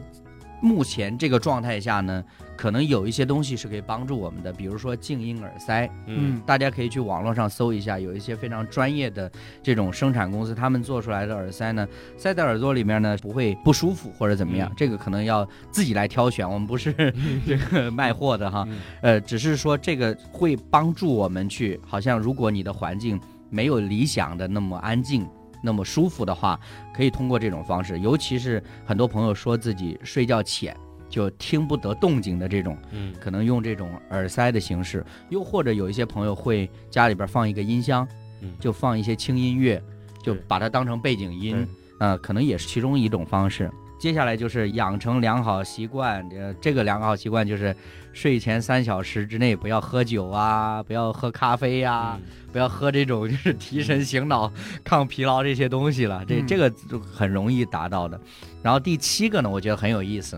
目前这个状态下呢，可能有一些东西是可以帮助我们的，比如说静音耳塞。
对对对对嗯
大家可以去网络上搜一下，有一些非常专业的这种生产公司，他们做出来的耳塞呢，塞在耳朵里面呢不会不舒服或者怎么样，
嗯
这个可能要自己来挑选，我们不是嗯这个卖货的哈，
嗯
呃，只是说这个会帮助我们去，好像如果你的环境没有理想的那么安静。那么舒服的话，可以通过这种方式，尤其是很多朋友说自己睡觉浅就听不得动静的这种，
嗯
可能用这种耳塞的形式，又或者有一些朋友会家里边放一个音箱，
嗯
就放一些轻音乐，就
对
把它当成背景音，呃，可能也是其中一种方式。接下来就是养成良好习惯，呃，这个良好习惯就是睡前三小时之内不要喝酒啊，不要喝咖啡呀、
嗯
不要喝这种就是提神醒脑、抗疲劳这些东西了，这
嗯
这个就很容易达到的。然后第七个呢，我觉得很有意思，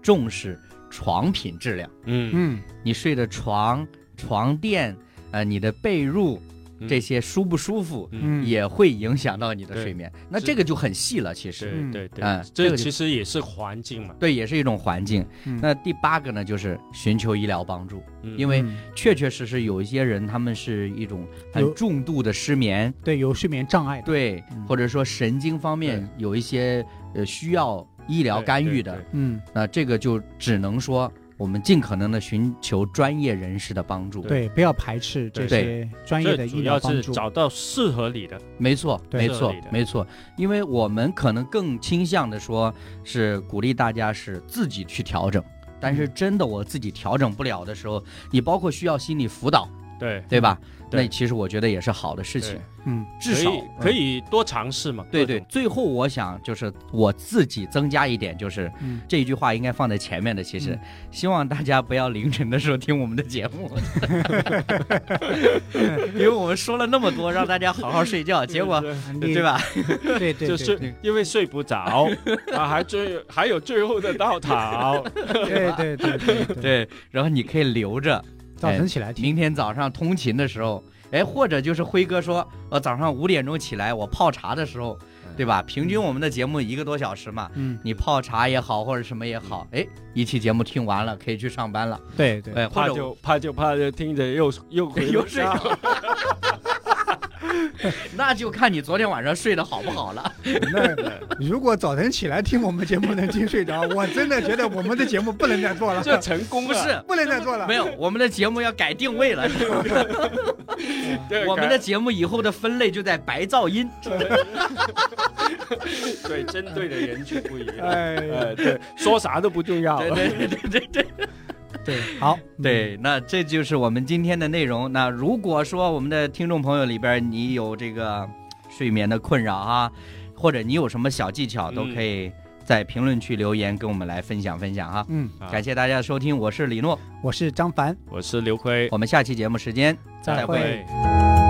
重视床品质量，
嗯
嗯
你睡的床、床垫，呃，你的被褥
嗯
这些舒不舒服，
嗯，
也会影响到你的
对
睡眠。那
是
这个就很细了，其实。
对对对
嗯，这
这
个就
其实也是环境嘛，
对，也是一种环境。
嗯
那第八个呢，就是寻求医疗帮助，
嗯
因为
嗯
确确实实有一些人，他们是一种很
有
重度的失眠，
对有睡眠障碍的，
对，
嗯
或者说神经方面有一些呃需要医疗干预的，，
嗯，
那这个就只能说我们尽可能的寻求专业人士的帮助。，
对，不要排斥这
对
些专业
这
的医
主
疗
要
帮
是
助。
找到适合你的，
没错，
对
没错
这里的，
没错，因为我们可能更倾向的说是鼓励大家是自己去调整。但
嗯
是真的我自己调整不了的时候，你包括需要心理辅导，
对，
对吧？
嗯对
那其实我觉得也是好的事情，
嗯
至少
可以可以多尝试嘛，
对
各
对
种，，
最后我想就是我自己增加一点，就是
嗯，
这一句话应该放在前面的。其实
嗯，
希望大家不要凌晨的时候听我们的节 目， 因为我们说了那么多，让大家好好睡觉，结果
你
对？吧？
对对对，
就是因为睡不着啊，还最还有最后的稻草，
对对对对对，
对，然后你可以留着，
早晨起来听。
明天早上通勤的时候，哎，或者就是辉哥说，我早上五点钟起来，我泡茶的时候，对吧？平均我们的节目一个多小时嘛。
嗯，
你泡茶也好，或者什么也好，哎，一期节目听完了，可以去上班了。
对对，
哎，或
怕
者
就怕就怕就听着又又回
又睡
到
那就看你昨天晚上睡得好不好 了。
那如果早晨起来听我们节目能听睡着，我真的觉得我们的节目不能再 做了，
这成功
不
了，
是，
不能再做了。
没有，我们的节目要改定位 了。
这个
我们的节目以后的分类就在白噪音。
对针对的人群不一样，
哎
呃，对，说啥都不重要，
对对对对对
对，好，嗯，
对，那这就是我们今天的内容。那如果说我们的听众朋友里边你有这个睡眠的困扰啊，或者你有什么小技巧，都可以在评论区留言，跟我们来分享分享哈。
嗯，
啊
感谢大家的收听，我是李诺，
我是张凡，
我是刘辉，
我们下期节目时间
再
再
会
会。
对。